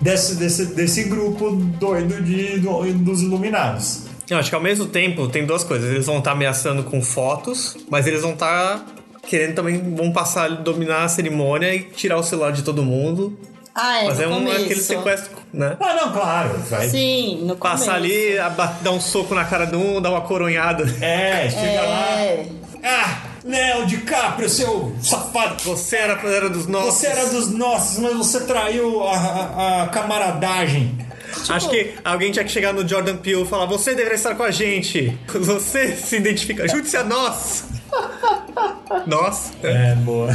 Speaker 3: desse, desse, desse grupo doido de, do- dos iluminados.
Speaker 1: Eu acho que ao mesmo tempo tem duas coisas. Eles vão estar ameaçando com fotos, mas eles vão estar querendo também, vão passar a dominar a cerimônia e tirar o celular de todo mundo.
Speaker 2: Ah, é.
Speaker 1: mas
Speaker 2: no
Speaker 1: é um,
Speaker 2: começo.
Speaker 1: aquele sequestro, né?
Speaker 3: Ah, não, claro, vai.
Speaker 2: Sim, no começo.
Speaker 1: Passar ali, aba- dar um soco na cara de um, dar uma coronhada.
Speaker 3: É, chega lá.
Speaker 2: É.
Speaker 3: Ah, Léo DiCaprio, seu safado.
Speaker 1: Você era, era dos nossos.
Speaker 3: Você era dos nossos, mas você traiu a, a- a camaradagem.
Speaker 2: Tipo-
Speaker 1: Acho que alguém tinha que chegar no Jordan Peele e falar: Você deveria estar com a gente. Você se identifica. Junte-se a nós. nós.
Speaker 3: É, boa.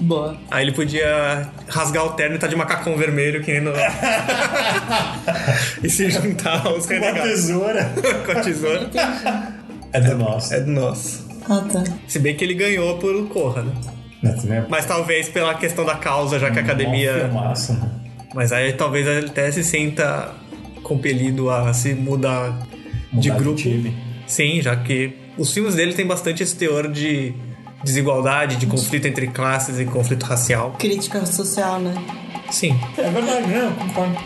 Speaker 2: Boa.
Speaker 1: Aí ele podia rasgar o terno e estar de macacão vermelho, que nem no... E se juntar aos
Speaker 3: Uma
Speaker 1: renegados.
Speaker 3: tesoura.
Speaker 1: Com a tesoura.
Speaker 3: É do nosso.
Speaker 1: É do nosso.
Speaker 2: Ah, tá.
Speaker 1: Se bem que ele ganhou por Corra, né?
Speaker 3: é
Speaker 1: Mas talvez pela questão da causa, já que a academia.
Speaker 3: né?
Speaker 1: Mas aí talvez ele até se sinta compelido a se mudar, de grupo. Sim, já que os filmes dele têm bastante esse teor de desigualdade, de conflito entre classes e conflito racial.
Speaker 2: Crítica social, né?
Speaker 1: Sim.
Speaker 3: É verdade, não, concordo.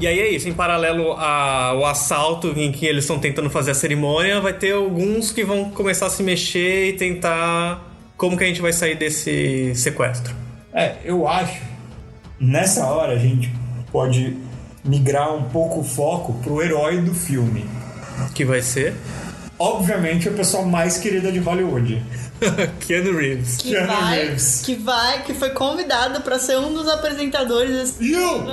Speaker 1: E aí é isso, em paralelo ao assalto em que eles estão tentando fazer a cerimônia, vai ter alguns que vão começar a se mexer e tentar como que a gente vai sair desse sequestro.
Speaker 3: É, eu acho. Nessa hora a gente pode migrar um pouco o foco pro herói do filme.
Speaker 1: Que vai ser
Speaker 3: Obviamente a pessoa mais querida de Hollywood.
Speaker 1: Keanu Reeves.
Speaker 2: Que
Speaker 3: Keanu
Speaker 2: vai,
Speaker 3: Reeves.
Speaker 2: que vai, que foi convidado pra ser um dos apresentadores desse
Speaker 3: You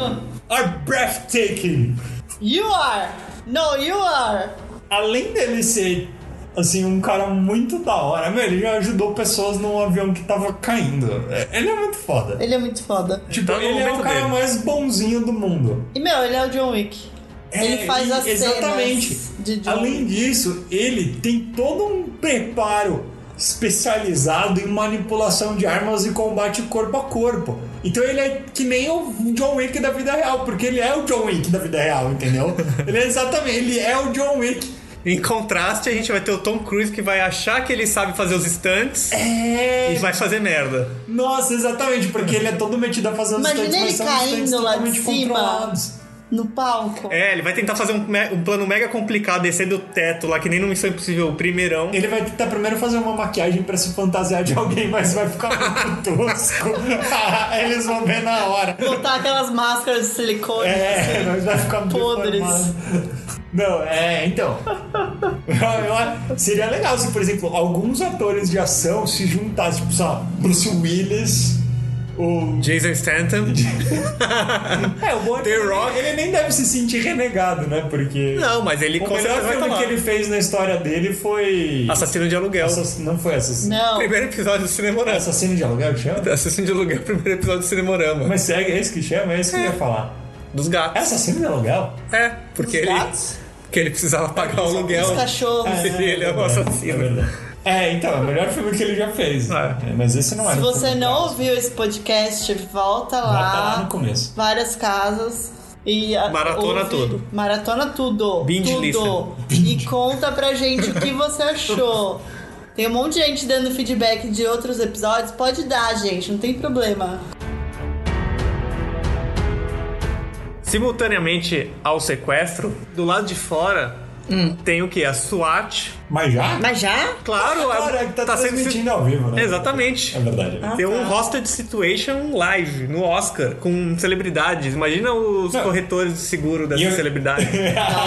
Speaker 3: are breathtaking!
Speaker 2: You are! No, you are!
Speaker 3: Além dele ser assim, um cara muito da hora, meu, ele já ajudou pessoas num avião que tava caindo. É, Ele é muito foda.
Speaker 2: Ele é muito foda.
Speaker 3: Tipo,
Speaker 1: Tá no
Speaker 3: ele é o
Speaker 1: momento
Speaker 3: cara
Speaker 1: dele.
Speaker 3: mais bonzinho do mundo.
Speaker 2: E, meu, ele é o John Wick. ele
Speaker 3: É,
Speaker 2: faz
Speaker 3: e-
Speaker 2: as
Speaker 3: Exatamente.
Speaker 2: cenas de John
Speaker 3: Além disso, ele tem todo um preparo especializado em manipulação de armas e combate corpo a corpo. Então ele é que nem o John Wick da vida real, porque ele é o John Wick da vida real, entendeu? ele é exatamente, ele é o John Wick.
Speaker 1: Em contraste, a gente vai ter o Tom Cruise que vai achar que ele sabe fazer os stunts
Speaker 3: É.
Speaker 1: e vai fazer merda.
Speaker 3: Nossa, exatamente, porque ele é todo metido a fazer uns
Speaker 2: Imagina
Speaker 3: stunts, mas
Speaker 2: ele
Speaker 3: são uns stunts
Speaker 2: caindo lá de
Speaker 3: totalmente
Speaker 2: cima.
Speaker 3: controlados.
Speaker 2: no palco.
Speaker 1: É, ele vai tentar fazer um, me- um plano mega complicado, descer do teto lá, que nem no Missão Impossível, o primeirão.
Speaker 3: Ele vai tentar primeiro fazer uma maquiagem pra se fantasiar de alguém, mas vai ficar muito tosco. Eles vão ver na hora.
Speaker 2: Botar aquelas máscaras de silicone.
Speaker 3: É, mas vai ficar muito
Speaker 2: Podres.
Speaker 3: formado. Não, é, então. Eu- eu- Seria legal se, por exemplo, alguns atores de ação se juntassem, tipo, sei lá, Bruce Willis, o.
Speaker 1: Jason Stanton.
Speaker 3: É, o bom é que
Speaker 1: The
Speaker 3: ele-
Speaker 1: Rock.
Speaker 3: Ele nem deve se sentir renegado, né? Porque.
Speaker 1: Não, mas ele
Speaker 3: o
Speaker 1: com
Speaker 3: melhor
Speaker 1: certeza vai
Speaker 3: filme
Speaker 1: falar.
Speaker 3: que ele fez na história dele foi.
Speaker 1: Assassino de aluguel.
Speaker 3: Assass- Não foi assassino.
Speaker 2: Não.
Speaker 1: Primeiro episódio do né? Cinemorama.
Speaker 3: Assassino de aluguel que chama?
Speaker 1: Assassino de aluguel, é primeiro episódio do Cinemorama.
Speaker 3: Então, Mas segue, é isso que chama, é isso que eu ia falar.
Speaker 1: Dos
Speaker 3: É
Speaker 1: gatos.
Speaker 3: assassino de aluguel?
Speaker 1: É, porque
Speaker 2: Os
Speaker 1: ele,
Speaker 2: gatos,
Speaker 1: porque ele precisava pagar o aluguel.
Speaker 2: os cachorros.
Speaker 1: É. Ele é um assassino.
Speaker 3: É, verdade. É, então, é o melhor filme que ele já fez.
Speaker 1: É.
Speaker 3: É, Mas esse não é.
Speaker 2: Se
Speaker 3: um
Speaker 2: você
Speaker 3: filme
Speaker 2: não
Speaker 3: legal.
Speaker 2: ouviu esse podcast, volta
Speaker 3: Bota
Speaker 2: lá.
Speaker 3: lá no começo.
Speaker 2: Várias casas. E a-
Speaker 1: Maratona tudo.
Speaker 2: Maratona tudo.
Speaker 1: Binge
Speaker 2: tudo. E conta pra gente o que você achou. Tem um monte de gente dando feedback de outros episódios. Pode dar, gente, não tem problema.
Speaker 1: Simultaneamente ao sequestro, do lado de fora tem o quê? A SWAT.
Speaker 3: Mas já?
Speaker 2: Mas já? é
Speaker 1: Claro,
Speaker 3: Agora
Speaker 1: a-
Speaker 3: que tá,
Speaker 1: sendo-
Speaker 3: transmitindo ao vivo, né?
Speaker 1: Exatamente.
Speaker 3: É verdade.
Speaker 2: Ah,
Speaker 1: Tem um hosted situation live no Oscar com celebridades. Imagina os
Speaker 3: Não.
Speaker 1: corretores de seguro dessas
Speaker 3: E eu-
Speaker 1: celebridades.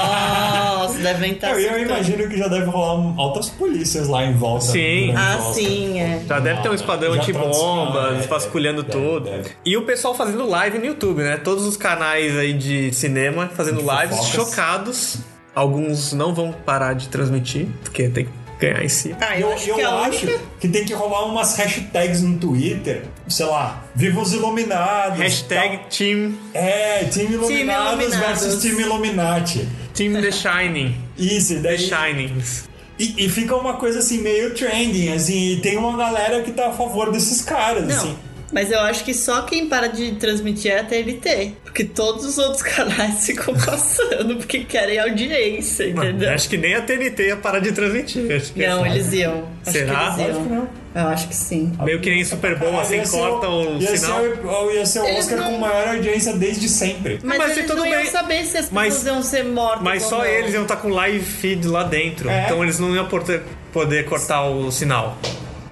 Speaker 2: Nossa, devem tá estar.
Speaker 3: Eu, eu imagino que já deve rolar um- altas polícias lá em volta.
Speaker 1: Sim.
Speaker 3: durante o
Speaker 2: Ah,
Speaker 3: Oscar.
Speaker 2: sim, é.
Speaker 1: Já deve ter um esquadrão
Speaker 3: Já
Speaker 1: antibomba,
Speaker 3: tradicional,
Speaker 1: é,
Speaker 3: é,
Speaker 1: vasculhando
Speaker 3: é,
Speaker 1: tudo.
Speaker 3: deve, deve.
Speaker 1: E o pessoal fazendo live no YouTube, né? Todos os canais aí de cinema fazendo
Speaker 3: De
Speaker 1: lives,
Speaker 3: fofocas.
Speaker 1: chocados. Alguns não vão parar de transmitir, porque tem que ganhar em si.
Speaker 2: Ah, eu,
Speaker 3: Eu, eu
Speaker 2: acho que a
Speaker 3: acho
Speaker 2: única-
Speaker 3: que tem que rolar umas hashtags no Twitter, sei lá, viva os iluminados.
Speaker 1: Hashtag Team,
Speaker 3: É, time iluminados,
Speaker 2: Iluminados.
Speaker 3: versus time Illuminati.
Speaker 1: team The Shining.
Speaker 3: Isso, e
Speaker 1: The
Speaker 3: daí.
Speaker 1: Shinings.
Speaker 3: E, e fica uma coisa assim, meio trending, assim, e tem uma galera que tá a favor desses caras, assim.
Speaker 2: Não, mas eu acho que só quem para de transmitir é a TNT. Porque todos os outros canais ficam passando porque querem audiência, entendeu?
Speaker 1: Acho que nem a TNT ia parar de transmitir. Acho que é
Speaker 2: Não,
Speaker 1: só-
Speaker 2: eles iam. Acho
Speaker 1: Será?
Speaker 2: Que eles
Speaker 3: Acho que
Speaker 2: iam.
Speaker 3: não.
Speaker 2: Eu acho que sim.
Speaker 1: Meio que nem Super Bowl, assim,
Speaker 3: É, Ia ser
Speaker 1: corta o
Speaker 3: ia
Speaker 1: sinal.
Speaker 3: Ser o, ia ser o
Speaker 2: Eles
Speaker 3: Oscar
Speaker 2: não-
Speaker 3: com maior audiência desde sempre.
Speaker 2: Mas,
Speaker 1: mas
Speaker 2: eles
Speaker 1: tudo
Speaker 2: não iam
Speaker 1: bem.
Speaker 2: saber se as pessoas
Speaker 1: Mas-
Speaker 2: iam ser mortas
Speaker 1: Mas
Speaker 2: ou
Speaker 1: só
Speaker 2: não.
Speaker 1: eles iam estar com live feed lá dentro.
Speaker 3: É.
Speaker 1: Então eles não iam porter- poder cortar o sinal.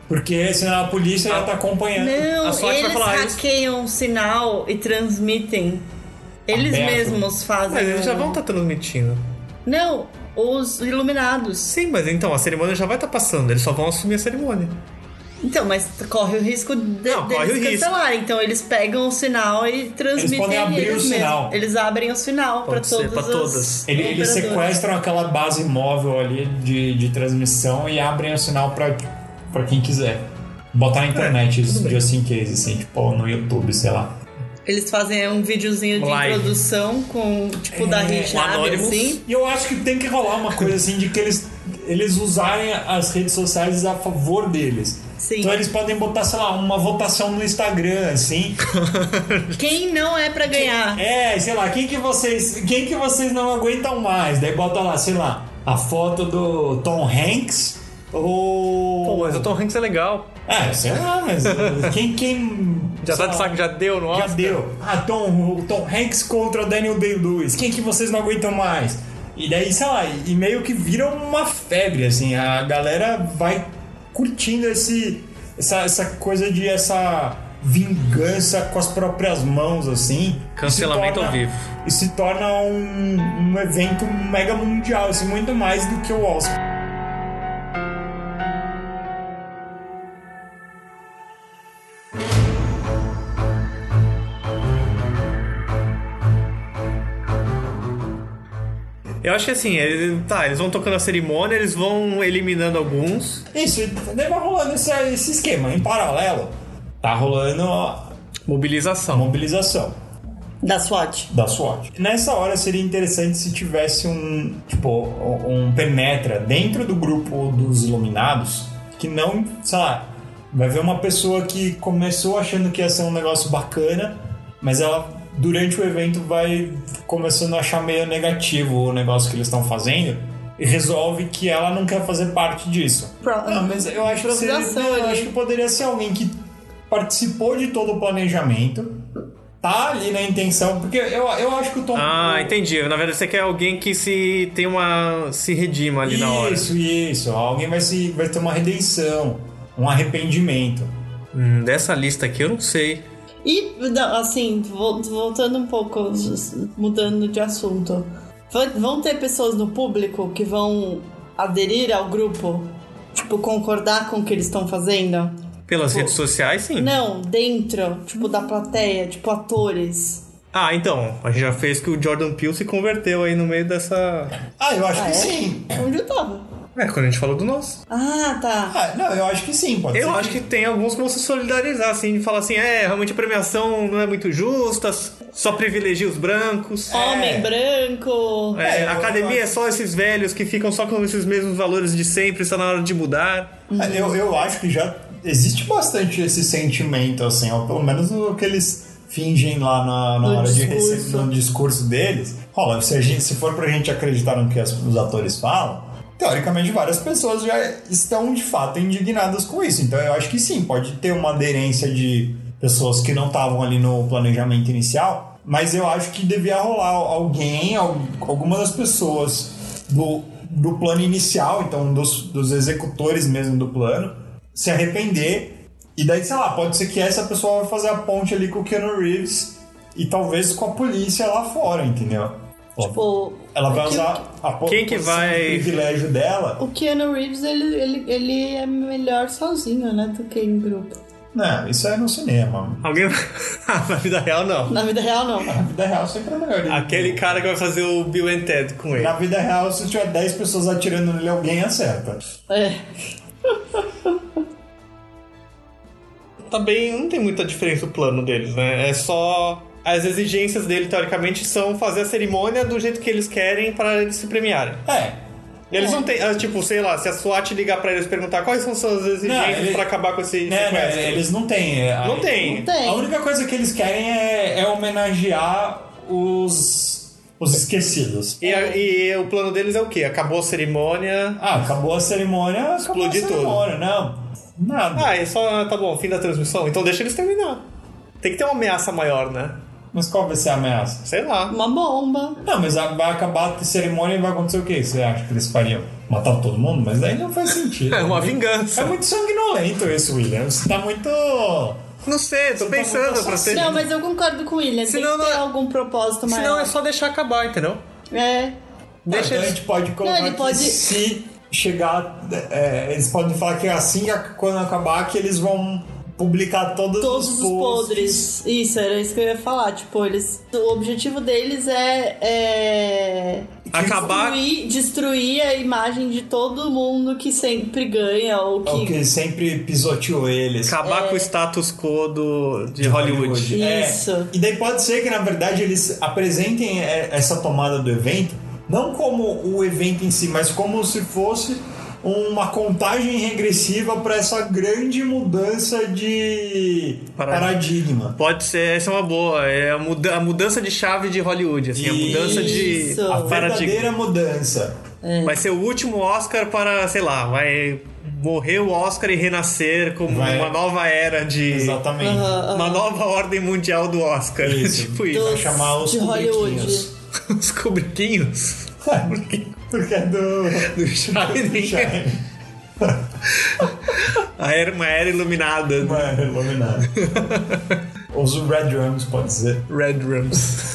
Speaker 3: Porque senão a polícia
Speaker 1: Ah.
Speaker 3: ia tá acompanhando.
Speaker 2: Não,
Speaker 1: A sorte vai
Speaker 2: eles
Speaker 1: falar isso.
Speaker 2: hackeiam o sinal e transmitem. Eles
Speaker 3: Aberto.
Speaker 2: mesmos fazem.
Speaker 1: Ah, Mas eles já
Speaker 2: um-
Speaker 1: vão estar transmitindo.
Speaker 2: Não, os iluminados.
Speaker 1: Sim, mas então a cerimônia já vai estar passando, eles só vão assumir a cerimônia.
Speaker 2: Então, mas corre o risco de,
Speaker 1: Não, corre
Speaker 2: deles
Speaker 1: o risco.
Speaker 2: cancelarem. Então eles pegam o sinal e transmitem.
Speaker 3: podem abrir
Speaker 2: eles
Speaker 3: o
Speaker 2: mesmos.
Speaker 3: sinal.
Speaker 2: Eles abrem o sinal para
Speaker 1: Pode ser,
Speaker 2: todas.
Speaker 1: pra
Speaker 2: as
Speaker 1: todas.
Speaker 3: Ele- eles
Speaker 2: operadoras.
Speaker 3: sequestram aquela base móvel ali de, de transmissão e abrem o sinal pra, pra quem quiser. Botar na
Speaker 1: É,
Speaker 3: internet, isso, just in case, assim, tipo no YouTube, sei lá.
Speaker 2: Eles fazem um videozinho de
Speaker 1: Live.
Speaker 2: introdução com tipo da
Speaker 3: É,
Speaker 2: Richard,
Speaker 1: Anonymous.
Speaker 2: assim.
Speaker 3: E eu acho que tem que rolar uma coisa assim de que eles eles usarem as redes sociais a favor deles.
Speaker 2: Sim.
Speaker 3: Então eles podem botar, sei lá, uma votação no Instagram, assim.
Speaker 2: Quem não é pra ganhar?
Speaker 3: É, sei lá, quem que vocês, quem que vocês não aguentam mais? Daí bota lá, sei lá, a foto do Tom Hanks ou
Speaker 1: Pô, mas o Tom Hanks é legal.
Speaker 3: É, sei lá, mas quem quem
Speaker 1: Já
Speaker 3: sei
Speaker 1: tá de
Speaker 3: lá,
Speaker 1: saco, já deu no
Speaker 3: já
Speaker 1: Oscar.
Speaker 3: deu. Ah, Tom, o Tom Hanks contra o Daniel Day-Lewis. Quem que vocês não aguentam mais? E daí, sei lá, e meio que vira uma febre, assim. A galera vai curtindo esse, essa, essa coisa de essa vingança com as próprias mãos, assim.
Speaker 1: Cancelamento
Speaker 3: Isso
Speaker 1: ao vivo.
Speaker 3: Isso se torna um, um evento mega mundial, assim, muito mais do que o Oscar.
Speaker 1: Eu acho que assim, ele- tá, eles vão tocando a cerimônia, eles vão eliminando alguns.
Speaker 3: Isso, daí vai rolando esse, esse esquema. Em paralelo, tá rolando a
Speaker 1: Mobilização.
Speaker 3: mobilização
Speaker 2: Da SWAT.
Speaker 3: da SWAT. Nessa hora seria interessante se tivesse um, tipo, um penetra dentro do grupo dos iluminados que não, sei lá, vai ver uma pessoa que começou achando que ia ser um negócio bacana, mas ela durante o evento vai começando a achar meio negativo o negócio que eles estão fazendo e resolve que ela não quer fazer parte disso.
Speaker 2: Pro-
Speaker 3: Não, mas eu acho que seria,
Speaker 2: Improvisação
Speaker 3: não, eu
Speaker 2: ali.
Speaker 3: acho que poderia ser alguém que participou de todo o planejamento, tá ali na intenção, porque eu, eu acho que o Tom
Speaker 1: Ah, entendi. Na verdade, você quer alguém que se tem uma. se redima ali na hora.
Speaker 3: Isso, isso. Alguém vai se vai ter uma redenção, um arrependimento.
Speaker 1: Hum, dessa lista aqui eu não sei.
Speaker 2: E, não, assim, vol- voltando um pouco, mudando de assunto. Va- Vão ter pessoas no público que vão aderir ao grupo? Tipo, concordar com o que eles estão fazendo?
Speaker 1: Pelas redes sociais, sim.
Speaker 2: Não, dentro, tipo, da plateia, tipo, atores.
Speaker 1: Ah, então. A gente já fez que o Jordan Peele se converteu aí no meio dessa.
Speaker 3: Ah, eu acho
Speaker 2: Ah,
Speaker 3: que
Speaker 2: é?
Speaker 3: sim.
Speaker 2: Onde eu tava?
Speaker 1: É, quando a gente falou do nosso.
Speaker 2: Ah, tá.
Speaker 3: Ah, não, eu acho que sim, pode
Speaker 1: Eu
Speaker 3: ser.
Speaker 1: acho que tem alguns que vão se solidarizar, assim, de falar assim: é, realmente a premiação não é muito justa, só privilegia os brancos.
Speaker 2: Homem branco.
Speaker 1: É,
Speaker 3: É,
Speaker 1: a
Speaker 3: eu-
Speaker 1: academia é só esses velhos que ficam só com esses mesmos valores de sempre, está na hora de mudar.
Speaker 3: Ah, Eu, eu acho que já existe bastante esse sentimento, assim, ó, pelo menos o que eles fingem lá na, na
Speaker 2: No
Speaker 3: hora de
Speaker 2: discurso.
Speaker 3: receber no discurso deles. Rola, se, a gente, se for pra gente acreditar no que as- os atores falam, teoricamente várias pessoas já estão de fato indignadas com isso. Então eu acho que sim, pode ter uma aderência de pessoas que não estavam ali no planejamento inicial, mas eu acho que devia rolar alguém, al- alguma das pessoas do, do plano inicial, então dos, dos executores mesmo do plano, se arrepender. E daí, sei lá, pode ser que essa pessoa vai fazer a ponte ali com o Keanu Reeves e talvez com a polícia lá fora, entendeu?
Speaker 2: Tipo,
Speaker 3: É. Ela vai
Speaker 2: o que-
Speaker 3: usar a po-
Speaker 1: Quem que
Speaker 3: posição
Speaker 1: vai-
Speaker 3: de privilégio dela.
Speaker 2: O Keanu Reeves, ele, ele, ele é melhor sozinho, né? Do que em grupo.
Speaker 3: Não, isso é no cinema.
Speaker 1: Alguém. Ah, na vida real, não.
Speaker 2: Na vida real, não.
Speaker 3: Na vida real sempre é melhor.
Speaker 1: Aquele cara que vai fazer o Bill and Ted com ele.
Speaker 3: Na vida real, se tiver 10 pessoas atirando nele, alguém acerta.
Speaker 2: É.
Speaker 1: Também não tem muita diferença o plano deles, né? É só. As exigências dele, teoricamente, são fazer a cerimônia do jeito que eles querem para eles se premiarem.
Speaker 3: É.
Speaker 1: Eles não têm. ah, Tipo, sei lá, se a SWAT ligar para eles perguntar quais são suas exigências
Speaker 3: ele-
Speaker 1: para acabar com esse
Speaker 3: Né, né,
Speaker 1: sequestro.
Speaker 3: eles não têm. é,
Speaker 1: Não
Speaker 3: a-
Speaker 1: tem.
Speaker 2: Não tem.
Speaker 3: A única coisa que eles querem é, é homenagear os, os esquecidos.
Speaker 1: E, a- e o plano deles é o quê? Acabou a cerimônia.
Speaker 3: Ah, acabou a cerimônia, acabou
Speaker 1: Explodir
Speaker 3: a
Speaker 1: tudo.
Speaker 3: cerimônia, não. Nada.
Speaker 1: Ah, é só. Tá bom, fim da transmissão. Então deixa eles terminar. Tem que ter uma ameaça maior, né?
Speaker 3: Mas qual vai ser a ameaça?
Speaker 1: Sei lá.
Speaker 2: Uma bomba.
Speaker 3: Não, mas a- vai acabar a cerimônia e vai acontecer o quê? Você acha que eles fariam? Matar todo mundo? Mas daí não faz sentido.
Speaker 1: É uma
Speaker 3: É
Speaker 1: vingança.
Speaker 3: muito sanguinolento esse, William. Você tá muito.
Speaker 1: Não sei, tô
Speaker 3: Você tá
Speaker 1: pensando
Speaker 3: muito
Speaker 1: pra ser.
Speaker 2: Não, mas eu concordo com o William.
Speaker 1: Senão
Speaker 2: Tem que ter
Speaker 1: não-
Speaker 2: algum propósito maior.
Speaker 1: Senão é só deixar acabar, entendeu?
Speaker 2: É.
Speaker 1: Deixa
Speaker 3: Ah, então a
Speaker 1: eles-
Speaker 3: gente pode colocar
Speaker 2: Não, ele
Speaker 3: que
Speaker 2: pode-
Speaker 3: se chegar. é, eles podem falar que assim que- quando acabar que eles vão publicar todos,
Speaker 2: Todos os
Speaker 3: posts.
Speaker 2: podres. Isso, era isso que eu ia falar. Tipo, eles. O objetivo deles é. é...
Speaker 1: Tipo Acabar.
Speaker 2: Destruir, destruir a imagem de todo mundo que sempre ganha ou
Speaker 3: É o
Speaker 2: que.
Speaker 3: que sempre pisoteou eles.
Speaker 1: Acabar com o status quo do, é. de, Hollywood.
Speaker 3: É.
Speaker 2: Isso.
Speaker 3: E daí pode ser que, na verdade, eles apresentem é, essa tomada do evento, não como o evento em si, mas como se fosse uma contagem regressiva para essa grande mudança de
Speaker 1: Paradigma.
Speaker 3: paradigma.
Speaker 1: Pode ser, essa é uma boa. É a, muda- a mudança de chave de Hollywood, assim, a mudança de
Speaker 2: Isso.
Speaker 3: A
Speaker 1: paradigma.
Speaker 3: verdadeira mudança.
Speaker 1: Vai ser o último Oscar para, sei lá, vai morrer o Oscar e renascer como
Speaker 3: Vai.
Speaker 1: uma nova era de.
Speaker 3: Exatamente.
Speaker 2: Aham,
Speaker 1: Uma nova ordem mundial do Oscar.
Speaker 3: Isso.
Speaker 1: tipo
Speaker 3: Vai
Speaker 1: isso.
Speaker 2: Dos-
Speaker 3: chamar os
Speaker 2: de Hollywood.
Speaker 3: cubiquinhos.
Speaker 1: Os cobriquinhos
Speaker 3: Porque é do...
Speaker 1: do Shining.
Speaker 3: Shine.
Speaker 1: A era, uma era iluminada. do
Speaker 3: Mano, iluminado. Os Red Drums, pode ser.
Speaker 1: Red Rums.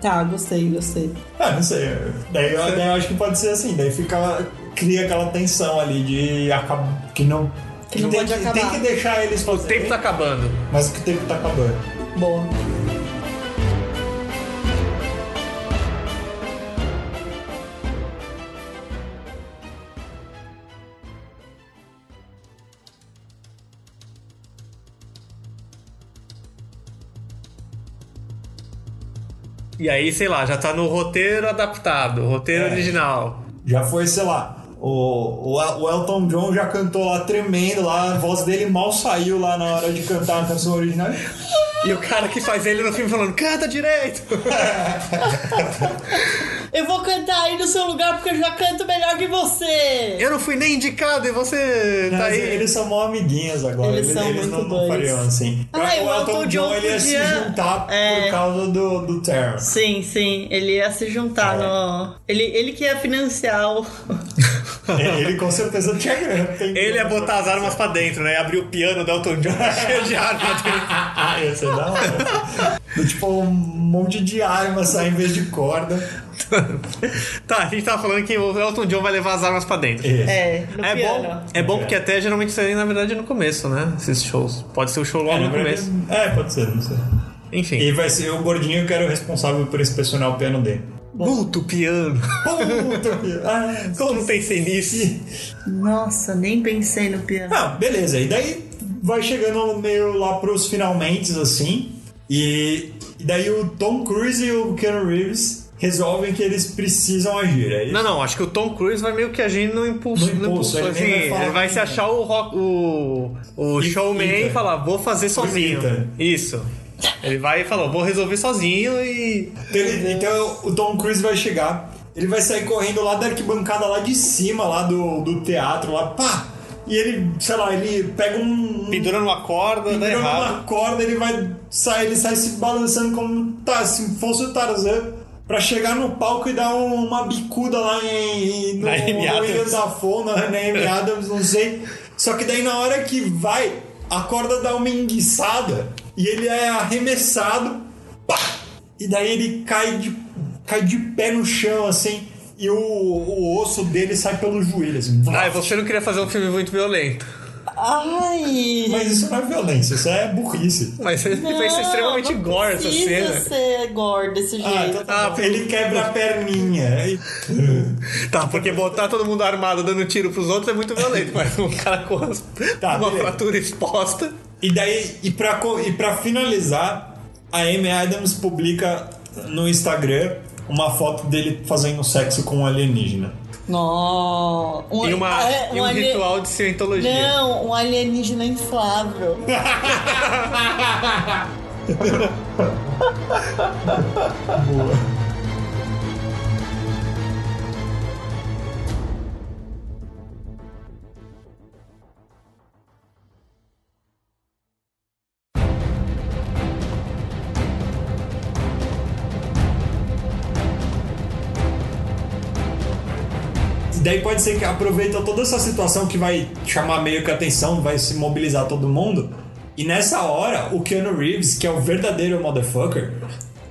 Speaker 2: Tá, gostei, gostei.
Speaker 3: Ah, não sei. Daí eu, daí eu acho que pode ser assim. Daí fica, cria aquela tensão ali de acab... que não...
Speaker 2: Que não
Speaker 3: tem
Speaker 2: pode
Speaker 3: que,
Speaker 2: acabar.
Speaker 3: Tem que deixar eles
Speaker 1: O tempo tá acabando.
Speaker 3: Mas que o tempo tá acabando.
Speaker 2: Boa.
Speaker 1: E aí, sei lá, já tá no roteiro adaptado, roteiro
Speaker 3: É.
Speaker 1: original.
Speaker 3: Já foi, sei lá, o, o, El- o Elton John já cantou lá tremendo, lá, a voz dele mal saiu lá na hora de cantar a canção original.
Speaker 1: E o cara que faz ele no filme falando, canta direito!
Speaker 2: Eu vou cantar aí no seu lugar porque eu já canto melhor que você!
Speaker 1: Eu não fui nem indicado e você tá
Speaker 3: Mas
Speaker 1: aí.
Speaker 3: eles são mó amiguinhos agora,
Speaker 2: Eles
Speaker 3: eles,
Speaker 2: são
Speaker 3: eles
Speaker 2: muito Ah,
Speaker 3: não, não
Speaker 2: doidos.
Speaker 3: fariam assim.
Speaker 2: Ai,
Speaker 3: o Elton John ele ia se
Speaker 2: podia-
Speaker 3: juntar
Speaker 2: É.
Speaker 3: por causa do, do Terrence.
Speaker 2: Sim, sim, ele ia se juntar
Speaker 3: É.
Speaker 2: no. Ele, ele que ia financiar o.
Speaker 3: ele ele com certeza tinha grana. tem-
Speaker 1: Ele ia botar as armas pra dentro, né? Abrir o piano do Elton John cheio de armas dentro.
Speaker 3: Ah, ia ser da hora. Do tipo, um monte de arma sair em vez de corda.
Speaker 1: Tá, a gente tava falando que o Elton John vai levar as armas pra dentro.
Speaker 3: Isso.
Speaker 2: É, no
Speaker 1: É bom,
Speaker 2: piano.
Speaker 1: é bom porque até geralmente isso aí, na verdade, é no começo, né? Esses shows. Pode ser o show logo no começo.
Speaker 3: É, pode ser, não sei.
Speaker 1: Enfim.
Speaker 3: um E vai ser o gordinho que era o responsável por inspecionar o piano dele.
Speaker 1: Puto piano.
Speaker 3: Puta que- Ah,
Speaker 1: Como não pensei nisso?
Speaker 2: Nossa, nem pensei no piano.
Speaker 3: Ah, beleza. E daí vai chegando meio lá pros finalmente, assim. E, e daí o Tom Cruise e o Keanu Reeves resolvem que eles precisam agir. É isso?
Speaker 1: Não, não, acho que o Tom Cruise vai meio que agindo no impulso.
Speaker 3: No impulso, ele
Speaker 1: assim,
Speaker 3: nem vai
Speaker 1: ele vai,
Speaker 3: falar com
Speaker 1: se
Speaker 3: ninguém.
Speaker 1: achar o, rock- o, o
Speaker 3: E-
Speaker 1: showman e
Speaker 3: Ita.
Speaker 1: falar, vou fazer sozinho.
Speaker 3: Ita.
Speaker 1: Isso. Ele vai e falou, vou resolver sozinho e.
Speaker 3: Então, ele- então o Tom Cruise vai chegar, ele vai sair correndo lá da arquibancada lá de cima, lá do, do teatro, lá, pá! E ele, sei lá, ele pega um. um
Speaker 1: Pendurando uma corda, dá Tá
Speaker 3: pendura
Speaker 1: errado.
Speaker 3: uma corda, ele vai sair, ele sai se balançando como tá, se fosse o Tarzan, pra chegar no palco e dar um- uma bicuda lá em, no,
Speaker 1: Na Amy
Speaker 3: no
Speaker 1: Adams. É.
Speaker 3: William Dafoe, na, na Amy Adams, não sei. Só que daí na hora que vai, a corda dá uma enguiçada e ele é arremessado, pá! E daí ele cai de, cai de pé no chão, assim, e o, o osso dele sai pelo joelho, assim.
Speaker 1: Ah, você não queria fazer um filme muito violento.
Speaker 2: Ai!
Speaker 3: Mas isso não é violência, isso é burrice.
Speaker 1: Mas ele
Speaker 2: não,
Speaker 1: vai ser extremamente
Speaker 2: não
Speaker 1: gore essa
Speaker 2: precisa
Speaker 1: cena.
Speaker 2: ser gore desse
Speaker 3: Ah,
Speaker 2: jeito.
Speaker 3: então tá
Speaker 1: Ah,
Speaker 3: bom. ele quebra a perninha. E-
Speaker 1: Tá, porque botar todo mundo armado dando tiro pros outros é muito violento, mas um cara com as-
Speaker 3: Tá,
Speaker 1: uma
Speaker 3: beleza.
Speaker 1: fratura exposta.
Speaker 3: E daí, e pra, co- e pra finalizar, a Amy Adams publica no Instagram uma foto dele fazendo sexo com um alienígena.
Speaker 2: Nossa!
Speaker 1: E, uma,
Speaker 2: é,
Speaker 1: e um
Speaker 2: alien-
Speaker 1: ritual de cientologia.
Speaker 2: Não, um alienígena inflável.
Speaker 3: é E daí pode ser que aproveita toda essa situação que vai chamar meio que a atenção, vai se mobilizar todo mundo. E nessa hora, o Keanu Reeves, que é o verdadeiro motherfucker,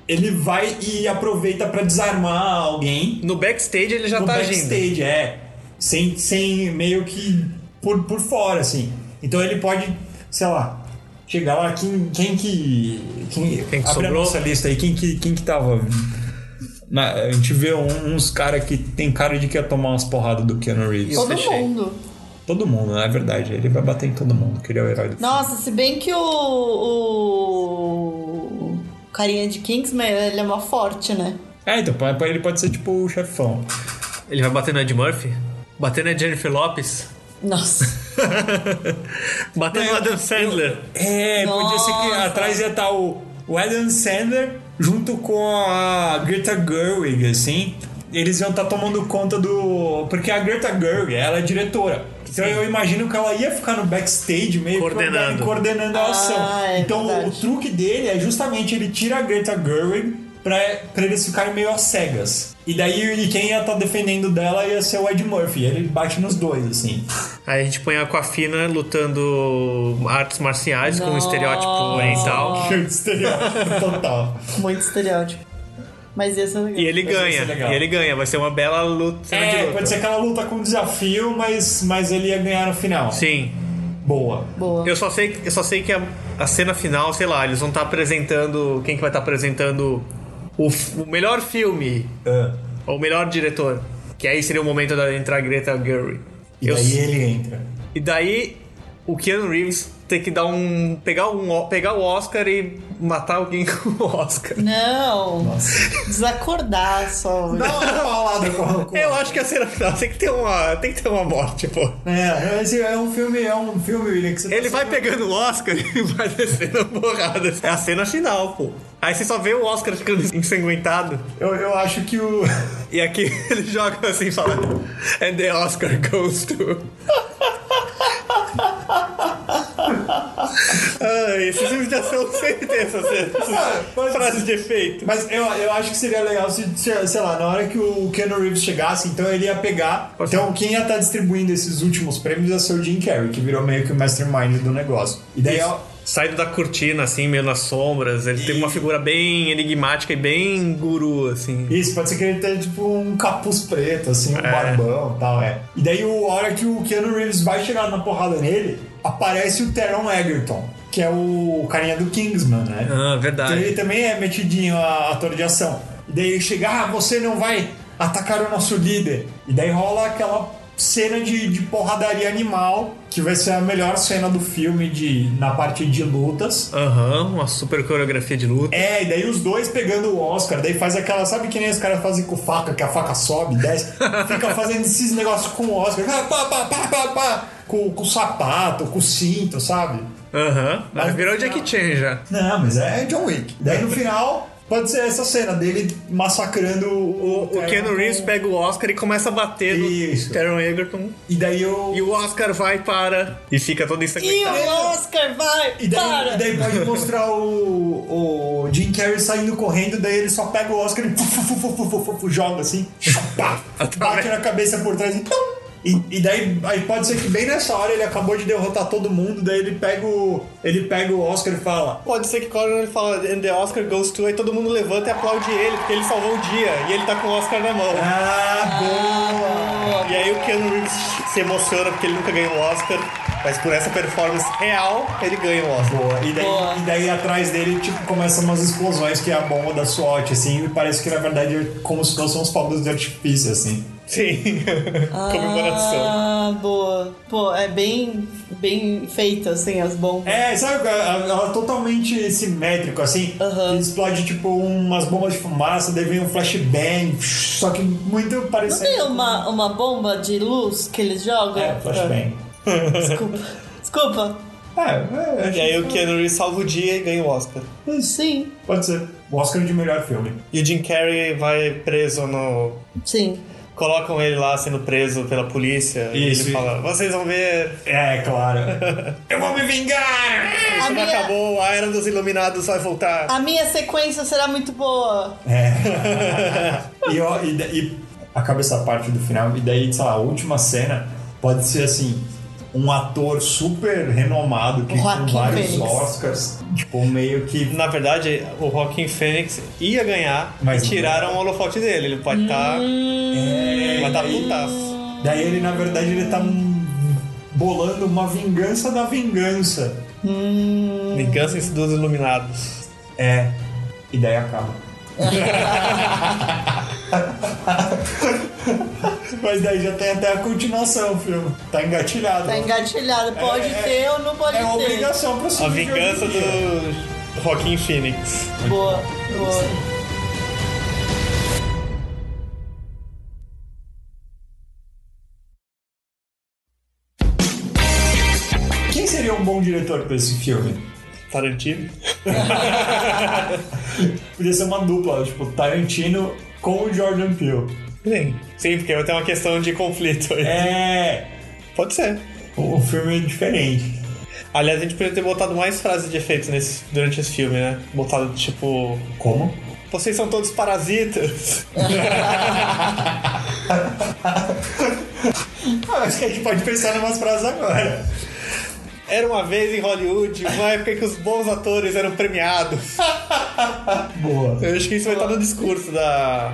Speaker 3: ele vai e aproveita pra desarmar alguém
Speaker 1: No backstage ele já
Speaker 3: no
Speaker 1: tá agindo.
Speaker 3: backstage, é. Sem, sem meio que por, por fora, assim. Então ele pode, sei lá, chegar lá, quem, quem que. Quem,
Speaker 1: Quem que
Speaker 3: abre
Speaker 1: sobrou?
Speaker 3: a nossa lista aí, quem que, quem que tava. Na- a gente vê um- uns caras que tem cara de que ia tomar umas porradas do Keanu Reeves.
Speaker 1: Eu
Speaker 2: Todo
Speaker 1: fechei.
Speaker 2: mundo.
Speaker 3: Todo mundo, né? é verdade. Ele vai bater em todo mundo, que ele é o herói do filme.
Speaker 2: Nossa, se bem que o, o carinha de Kingsman, ele é mó forte, né?
Speaker 3: É, então pra- pra ele pode ser tipo o chefão.
Speaker 1: Ele vai bater no Ed Murphy? Batendo a Jennifer Lopes.
Speaker 2: Nossa.
Speaker 1: Batendo
Speaker 3: Não,
Speaker 1: o
Speaker 3: eu-
Speaker 1: Adam Sandler.
Speaker 3: É, podia ser que
Speaker 2: Nossa.
Speaker 3: atrás ia estar o, o Adam Sandler junto com a Greta Gerwig, assim. Eles iam estar tomando conta do. Porque a Greta Gerwig, ela é diretora. Então eu imagino que ela ia ficar no backstage meio que
Speaker 1: Coordenando.
Speaker 3: organi- coordenando a
Speaker 2: Ah,
Speaker 3: ação.
Speaker 2: é
Speaker 3: então o- o
Speaker 2: verdade.
Speaker 3: truque dele é justamente ele tira a Greta Gerwig pra, pra eles ficarem meio às cegas. E daí e quem ia estar defendendo dela ia ser o Ed Murphy. Ele bate nos dois, assim.
Speaker 1: Aí a gente põe a Aquafina lutando artes marciais com um
Speaker 2: Nossa.
Speaker 1: estereótipo oriental.
Speaker 3: é Estereótipo total.
Speaker 2: Muito estereótipo. Mas ia ser legal.
Speaker 1: E ele
Speaker 3: Mas vai
Speaker 1: ganha.
Speaker 3: ser legal.
Speaker 1: E ele ganha. Vai ser uma bela luta. cena de
Speaker 3: É,
Speaker 1: luta.
Speaker 3: pode ser aquela luta com desafio, mas, mas ele ia ganhar no final.
Speaker 1: Sim.
Speaker 3: Boa.
Speaker 2: Boa.
Speaker 1: Eu só sei, eu só sei que a, a cena final, sei lá, eles vão estar apresentando. Quem que vai estar apresentando o, f- o melhor filme?
Speaker 3: Ah,
Speaker 1: Ou o melhor diretor? Que aí seria o momento da entrar a Greta Gerwig.
Speaker 3: E
Speaker 1: Eu
Speaker 3: daí ele entra.
Speaker 1: E daí o Keanu Reeves tem que dar um. pegar, um, o- pegar o Oscar e matar alguém com o Oscar.
Speaker 2: Não.
Speaker 3: Nossa.
Speaker 2: Desacordar só.
Speaker 3: Dá uma paulada com a com a-
Speaker 1: Eu acho que a cena final tem que ter uma, tem que ter uma morte, pô.
Speaker 3: É, esse é um filme, é um filme, William, que você
Speaker 1: Ele vai pegando o Oscar e vai descendo a porrada. É a cena final, pô. Aí você só vê o Oscar ficando ensanguentado.
Speaker 3: eu, eu acho que o.
Speaker 1: E aqui ele joga assim e fala: And the Oscar goes to. Ai, esses filmes de ação sempre tem essa
Speaker 3: Mas-
Speaker 1: frase de efeito.
Speaker 3: Mas eu, eu acho que seria legal se, se- sei lá, na hora que o Keanu Reeves chegasse, então ele ia pegar.
Speaker 1: Pode
Speaker 3: Então quem ia estar distribuindo esses últimos prêmios ia ser o Jim Carrey, que virou meio que o mastermind do negócio. E daí, ó,
Speaker 1: Saindo da cortina, assim, meio nas sombras, ele tem uma figura bem enigmática e bem guru, assim.
Speaker 3: Isso, pode ser que ele tenha tipo um capuz preto, assim, um barbão e tal, é. E daí, o- a hora que o Keanu Reeves vai chegar na porrada nele, aparece o Teron Egerton, que é o carinha do Kingsman, né?
Speaker 1: Ah,
Speaker 3: Então ele
Speaker 1: verdade.
Speaker 3: também é metidinho a ator de ação. E daí ele chega, ah, você não vai atacar o nosso líder. E daí rola aquela cena de, de porradaria animal, que vai ser a melhor cena do filme de, na parte de lutas.
Speaker 1: Aham, uma super coreografia de luta.
Speaker 3: É, e daí os dois pegando o Oscar, daí faz aquela, sabe que nem os caras fazem com faca, que a faca sobe, desce, fica fazendo esses negócios com o Oscar, pá, pá, pá, pá, pá, pá, com, com o sapato, com o cinto, sabe?
Speaker 1: Aham.
Speaker 3: Mas-
Speaker 1: Virou o Jackie Chan já.
Speaker 3: Não, mas é John Wick. Daí no final, pode ser essa cena dele massacrando o.
Speaker 1: O Keanu Reeves pega o Oscar e começa a bater
Speaker 3: Isso.
Speaker 1: no Taron Egerton.
Speaker 3: E daí eu.
Speaker 1: E o Oscar vai para. E fica todo
Speaker 2: E
Speaker 1: ensanguentado.
Speaker 2: o Oscar vai!
Speaker 3: E daí,
Speaker 2: para!
Speaker 3: e daí pode mostrar o, o Jim Carrey saindo correndo, daí ele só pega o Oscar e fu- fu- fu- fu- fu- fu- fu- fu- joga assim, pá, bate na cabeça por trás e pum. E, e daí aí pode ser que bem nessa hora ele acabou de derrotar todo mundo, daí ele pega o, ele pega o Oscar e fala.
Speaker 1: Pode ser que quando ele fala And the Oscar goes to, aí todo mundo levanta e aplaude ele, porque ele salvou o dia e ele tá com o Oscar na mão.
Speaker 3: Ah, boa!
Speaker 1: E aí o Keanu Reeves se emociona porque ele nunca ganhou o Oscar, mas por essa performance real, ele ganha o Oscar.
Speaker 3: Boa. E daí,
Speaker 2: Boa.
Speaker 3: e daí atrás dele, tipo, começam umas explosões que é a bomba da SWAT, assim, e parece que na verdade é como se fossem uns fogos de artifício, assim.
Speaker 1: Sim. Comemoração.
Speaker 2: Ah, boa. Pô, é bem, bem feita, assim, as bombas.
Speaker 3: É, sabe, ela ela é totalmente simétrico, assim.
Speaker 2: Aham.
Speaker 3: Que Explode, tipo, umas bombas de fumaça, daí vem um flashbang, só que muito
Speaker 2: Não
Speaker 3: parecido.
Speaker 2: tem uma, uma bomba de luz que eles jogam?
Speaker 3: É, flashbang.
Speaker 2: Desculpa. Desculpa.
Speaker 3: É, é, acho
Speaker 1: E aí o Keanu Reeves salva o dia e ganha o Oscar.
Speaker 2: Sim,
Speaker 3: que pode ser. O Oscar de melhor filme.
Speaker 1: E o Jim Carrey vai preso no...
Speaker 2: sim.
Speaker 1: Colocam ele lá sendo preso pela polícia
Speaker 3: Isso,
Speaker 1: e
Speaker 3: isso.
Speaker 1: ele fala, vocês vão ver,
Speaker 3: É, claro. Eu vou me vingar!
Speaker 2: A
Speaker 1: quando
Speaker 2: minha,
Speaker 1: acabou, a Era dos Iluminados vai voltar.
Speaker 2: a minha sequência será muito boa.
Speaker 3: É. E, ó, e, da- e acaba essa parte do final, e daí, sei lá, a última cena pode ser assim. Um ator super renomado que
Speaker 2: O Joaquim
Speaker 3: com vários
Speaker 2: Phoenix.
Speaker 3: Oscars, tipo, meio que
Speaker 1: Na verdade, o Joaquin Phoenix ia ganhar,
Speaker 3: Mas
Speaker 1: mas
Speaker 3: não.
Speaker 1: tiraram o holofote dele. Ele vai estar...
Speaker 2: Hum.
Speaker 3: É,
Speaker 1: vai estar
Speaker 3: daí-
Speaker 1: putaço.
Speaker 3: Daí ele, na verdade, ele tá hum, bolando uma vingança da vingança.
Speaker 1: Vingança dos Iluminados.
Speaker 3: É. E daí acaba. Mas daí já tem até a continuação o filme. Tá engatilhado.
Speaker 2: Tá engatilhada. Pode
Speaker 3: É,
Speaker 2: ter ou não pode
Speaker 3: É uma
Speaker 2: ter.
Speaker 3: obrigação pra
Speaker 1: A
Speaker 3: subir de
Speaker 1: vingança
Speaker 3: hoje em dia.
Speaker 1: do Joaquim Phoenix.
Speaker 2: Boa, boa.
Speaker 3: um bom diretor pra esse filme?
Speaker 1: Tarantino.
Speaker 3: Podia ser uma dupla, tipo, Tarantino com o Jordan Peele.
Speaker 1: Sim. Sim, porque vai ter uma questão de conflito aí.
Speaker 3: É.
Speaker 1: Pode ser.
Speaker 3: Um filme diferente.
Speaker 1: Aliás, a gente podia ter botado mais frases de efeito nesse, durante esse filme, né? Botado tipo.
Speaker 3: Como?
Speaker 1: Vocês são todos parasitas.
Speaker 3: acho que a gente pode pensar em umas frases agora.
Speaker 1: Era uma vez em Hollywood, uma época em que os bons atores eram premiados.
Speaker 3: Boa.
Speaker 1: Eu acho que isso vai estar no discurso da.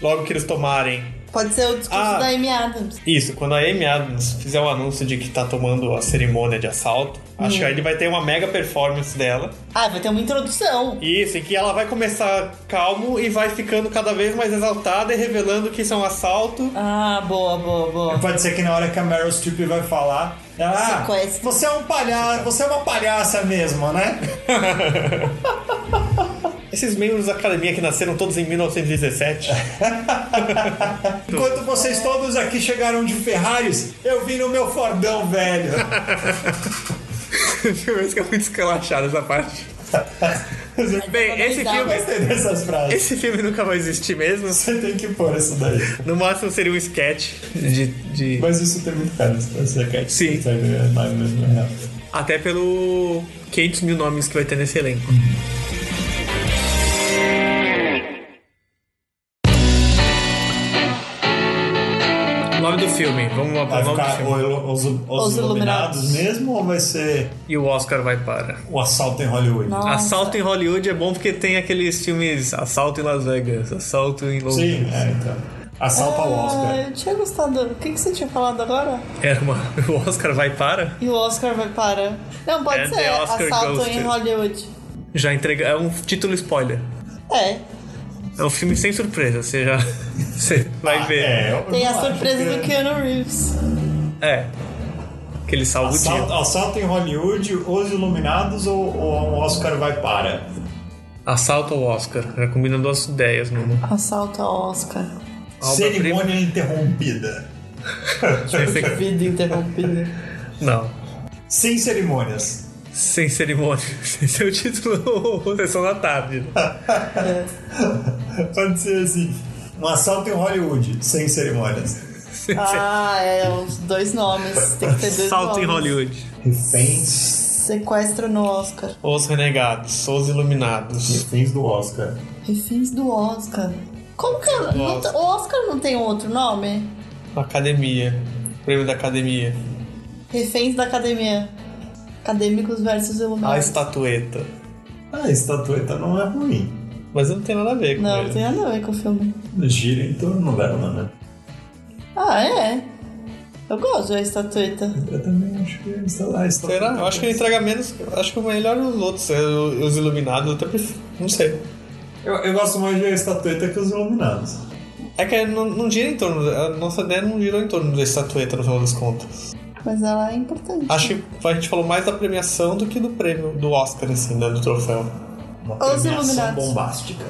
Speaker 1: Logo que eles tomarem.
Speaker 2: Pode ser o discurso
Speaker 1: Ah.
Speaker 2: da Amy Adams.
Speaker 1: Isso, quando a Amy Adams fizer o anúncio de que tá tomando a cerimônia de assalto, acho que aí ele vai ter uma mega performance dela.
Speaker 2: Ah, vai ter uma introdução.
Speaker 1: Isso, em que ela vai começar calmo e vai ficando cada vez mais exaltada e revelando que isso é um assalto.
Speaker 2: Ah, boa, boa, boa.
Speaker 3: Pode ser que na hora que a Meryl Streep vai falar. ela, Ah,
Speaker 2: Sequestra.
Speaker 3: você é um palhaço, você é uma palhaça mesmo, né?
Speaker 1: Esses membros da academia que nasceram todos em 1917.
Speaker 3: Enquanto vocês todos aqui chegaram de Ferraris, eu vim no meu Fordão velho.
Speaker 1: Pelo menos que é muito escalachado essa parte. Bem,
Speaker 3: é
Speaker 1: esse
Speaker 2: Valorizado.
Speaker 1: filme,
Speaker 3: Gostei dessas frases.
Speaker 1: esse filme nunca vai existir mesmo.
Speaker 3: Você tem que pôr isso daí.
Speaker 1: No máximo seria um sketch de. de-
Speaker 3: Mas isso tem muito cara, você quer
Speaker 1: Sim.
Speaker 3: Isso aí é mais mesmo, é real.
Speaker 1: Até pelo 500 mil nomes que vai ter nesse elenco.
Speaker 4: O nome do filme, vamos
Speaker 1: Tá
Speaker 4: lá
Speaker 3: Vai
Speaker 4: para o nome do
Speaker 3: ficar
Speaker 4: filme.
Speaker 3: o- os, os,
Speaker 2: Os
Speaker 3: iluminados,
Speaker 2: Iluminados.
Speaker 3: mesmo ou vai ser
Speaker 4: E o Oscar vai para.
Speaker 3: o assalto em Hollywood?
Speaker 2: Nossa.
Speaker 4: Assalto em Hollywood é bom porque tem aqueles filmes Assalto em Las Vegas, Assalto em Londres.
Speaker 3: Sim, é, então. Assalto ao
Speaker 2: Ah,
Speaker 3: Oscar.
Speaker 2: eu tinha gostado. O que, que você tinha falado agora?
Speaker 4: Era uma... O Oscar vai para?
Speaker 2: E o Oscar vai para. Não, pode
Speaker 3: É,
Speaker 4: And
Speaker 2: ser
Speaker 4: the Oscar
Speaker 2: Assalto
Speaker 4: goes
Speaker 2: em
Speaker 4: to-
Speaker 2: Hollywood.
Speaker 4: Já entrega. É um título spoiler.
Speaker 2: É.
Speaker 4: É um filme sem surpresa, você já. Você
Speaker 1: Ah,
Speaker 4: vai ver.
Speaker 3: É, eu-
Speaker 2: Tem
Speaker 3: eu
Speaker 2: a
Speaker 3: acho
Speaker 2: surpresa
Speaker 3: que-
Speaker 2: do Keanu Reeves.
Speaker 4: É. Que ele salva o dia.
Speaker 3: Assalto, assalto em Hollywood, Os Iluminados ou, ou o Oscar vai para?
Speaker 4: Assalto ao Oscar. Já combina duas ideias numa.
Speaker 2: Assalto ao Oscar.
Speaker 4: Obra-prima.
Speaker 3: Cerimônia interrompida.
Speaker 4: Esse-
Speaker 2: Vida interrompida.
Speaker 4: Não.
Speaker 3: Sem cerimônias.
Speaker 4: Sem cerimônia. Esse é o título Sessão da Tarde.
Speaker 2: É.
Speaker 3: Pode ser assim. Um assalto em Hollywood, sem cerimônias.
Speaker 2: Ah, é, os dois nomes. Tem que ter dois
Speaker 4: Assalto
Speaker 2: nomes.
Speaker 4: em Hollywood.
Speaker 3: Reféns.
Speaker 2: Sequestro no Oscar.
Speaker 1: Os renegados, os iluminados.
Speaker 3: Reféns do Oscar.
Speaker 2: Reféns do Oscar. Como que. eu- não t- o Oscar não tem um outro nome?
Speaker 1: Academia. Prêmio da academia.
Speaker 2: Reféns da academia. Acadêmicos versus
Speaker 1: A
Speaker 2: iluminados.
Speaker 1: estatueta.
Speaker 3: Ah, estatueta não é ruim.
Speaker 1: Mas não tem nada a ver com
Speaker 2: Não, não
Speaker 1: ele.
Speaker 2: tem nada a ver com o filme.
Speaker 3: Gira em torno dela, né?
Speaker 2: Ah, é? Eu gosto da estatueta.
Speaker 3: Eu também acho que a esta- a estatueta...
Speaker 1: Será? Eu acho que ele entrega menos. Acho que o melhor é os outros, é o- os iluminados. Eu até prefiro. Não sei.
Speaker 3: Eu, eu gosto mais de estatueta que os iluminados.
Speaker 1: É que não, não gira em torno. A nossa ideia não girou em torno da estatueta, no final das contas.
Speaker 2: Mas ela é importante.
Speaker 1: Acho que a gente falou mais da premiação do que do prêmio, do Oscar, assim, né? Do troféu.
Speaker 3: Uma
Speaker 2: Os
Speaker 3: premiação
Speaker 2: Iluminados.
Speaker 3: bombástica.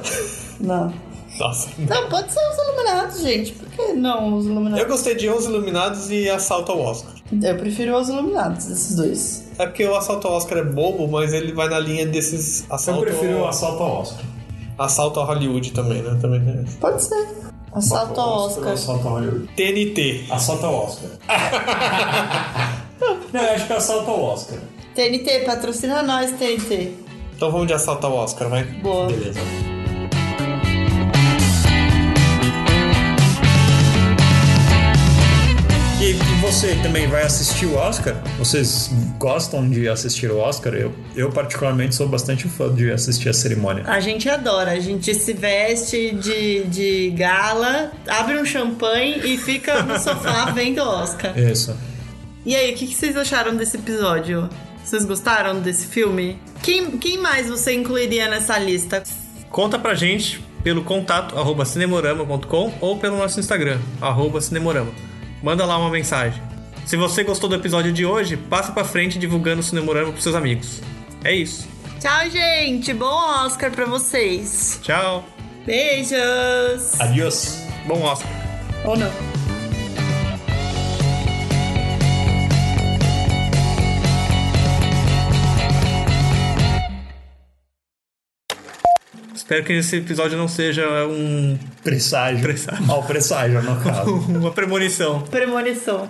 Speaker 2: Não.
Speaker 1: Nossa.
Speaker 2: Não, pode ser os iluminados, gente. Por que não os
Speaker 1: Eu
Speaker 2: iluminados?
Speaker 1: gostei de Os Iluminados e Assalto ao Oscar.
Speaker 2: Eu, prefiro os iluminados, esses dois.
Speaker 1: É porque o Assalto ao Oscar é bobo, mas ele vai na linha desses
Speaker 3: Eu
Speaker 1: assalto,
Speaker 3: prefiro o assalto ao Oscar.
Speaker 1: assalto a Hollywood também, né? Também tem essa.
Speaker 2: Pode ser. Assalto ao Oscar.
Speaker 3: Assalto ao Hollywood.
Speaker 1: TNT.
Speaker 3: Assalto ao Oscar. Não, eu acho que é assalto ao Oscar.
Speaker 2: TNT, patrocina nós, TNT.
Speaker 1: Então vamos de Assalto ao Oscar, vai.
Speaker 2: Boa.
Speaker 3: Beleza. E, e você também vai assistir o Oscar? Vocês gostam de assistir o Oscar? Eu, eu particularmente, sou bastante fã de assistir a cerimônia.
Speaker 2: A gente adora, a gente se veste de, de gala, abre um champanhe e fica no sofá vendo Oscar.
Speaker 3: Isso.
Speaker 2: E aí, o que, que vocês acharam desse episódio? Vocês gostaram desse filme? Quem, quem mais você incluiria nessa lista?
Speaker 4: Conta pra gente pelo contato arroba cinemorama.com ou pelo nosso Instagram, arroba cinemorama. Manda lá uma mensagem. Se você gostou do episódio de hoje, passa pra frente divulgando o Cinemorama pros seus amigos. É isso.
Speaker 2: Tchau, gente! Bom Oscar pra vocês!
Speaker 4: Tchau.
Speaker 2: Beijos!
Speaker 3: Adiós.
Speaker 4: Bom Oscar.
Speaker 2: Ou não.
Speaker 4: Espero que esse episódio não seja um,
Speaker 3: Presságio.
Speaker 4: Presságio.
Speaker 3: Ao presságio, no caso.
Speaker 4: uma premonição.
Speaker 2: Premonição.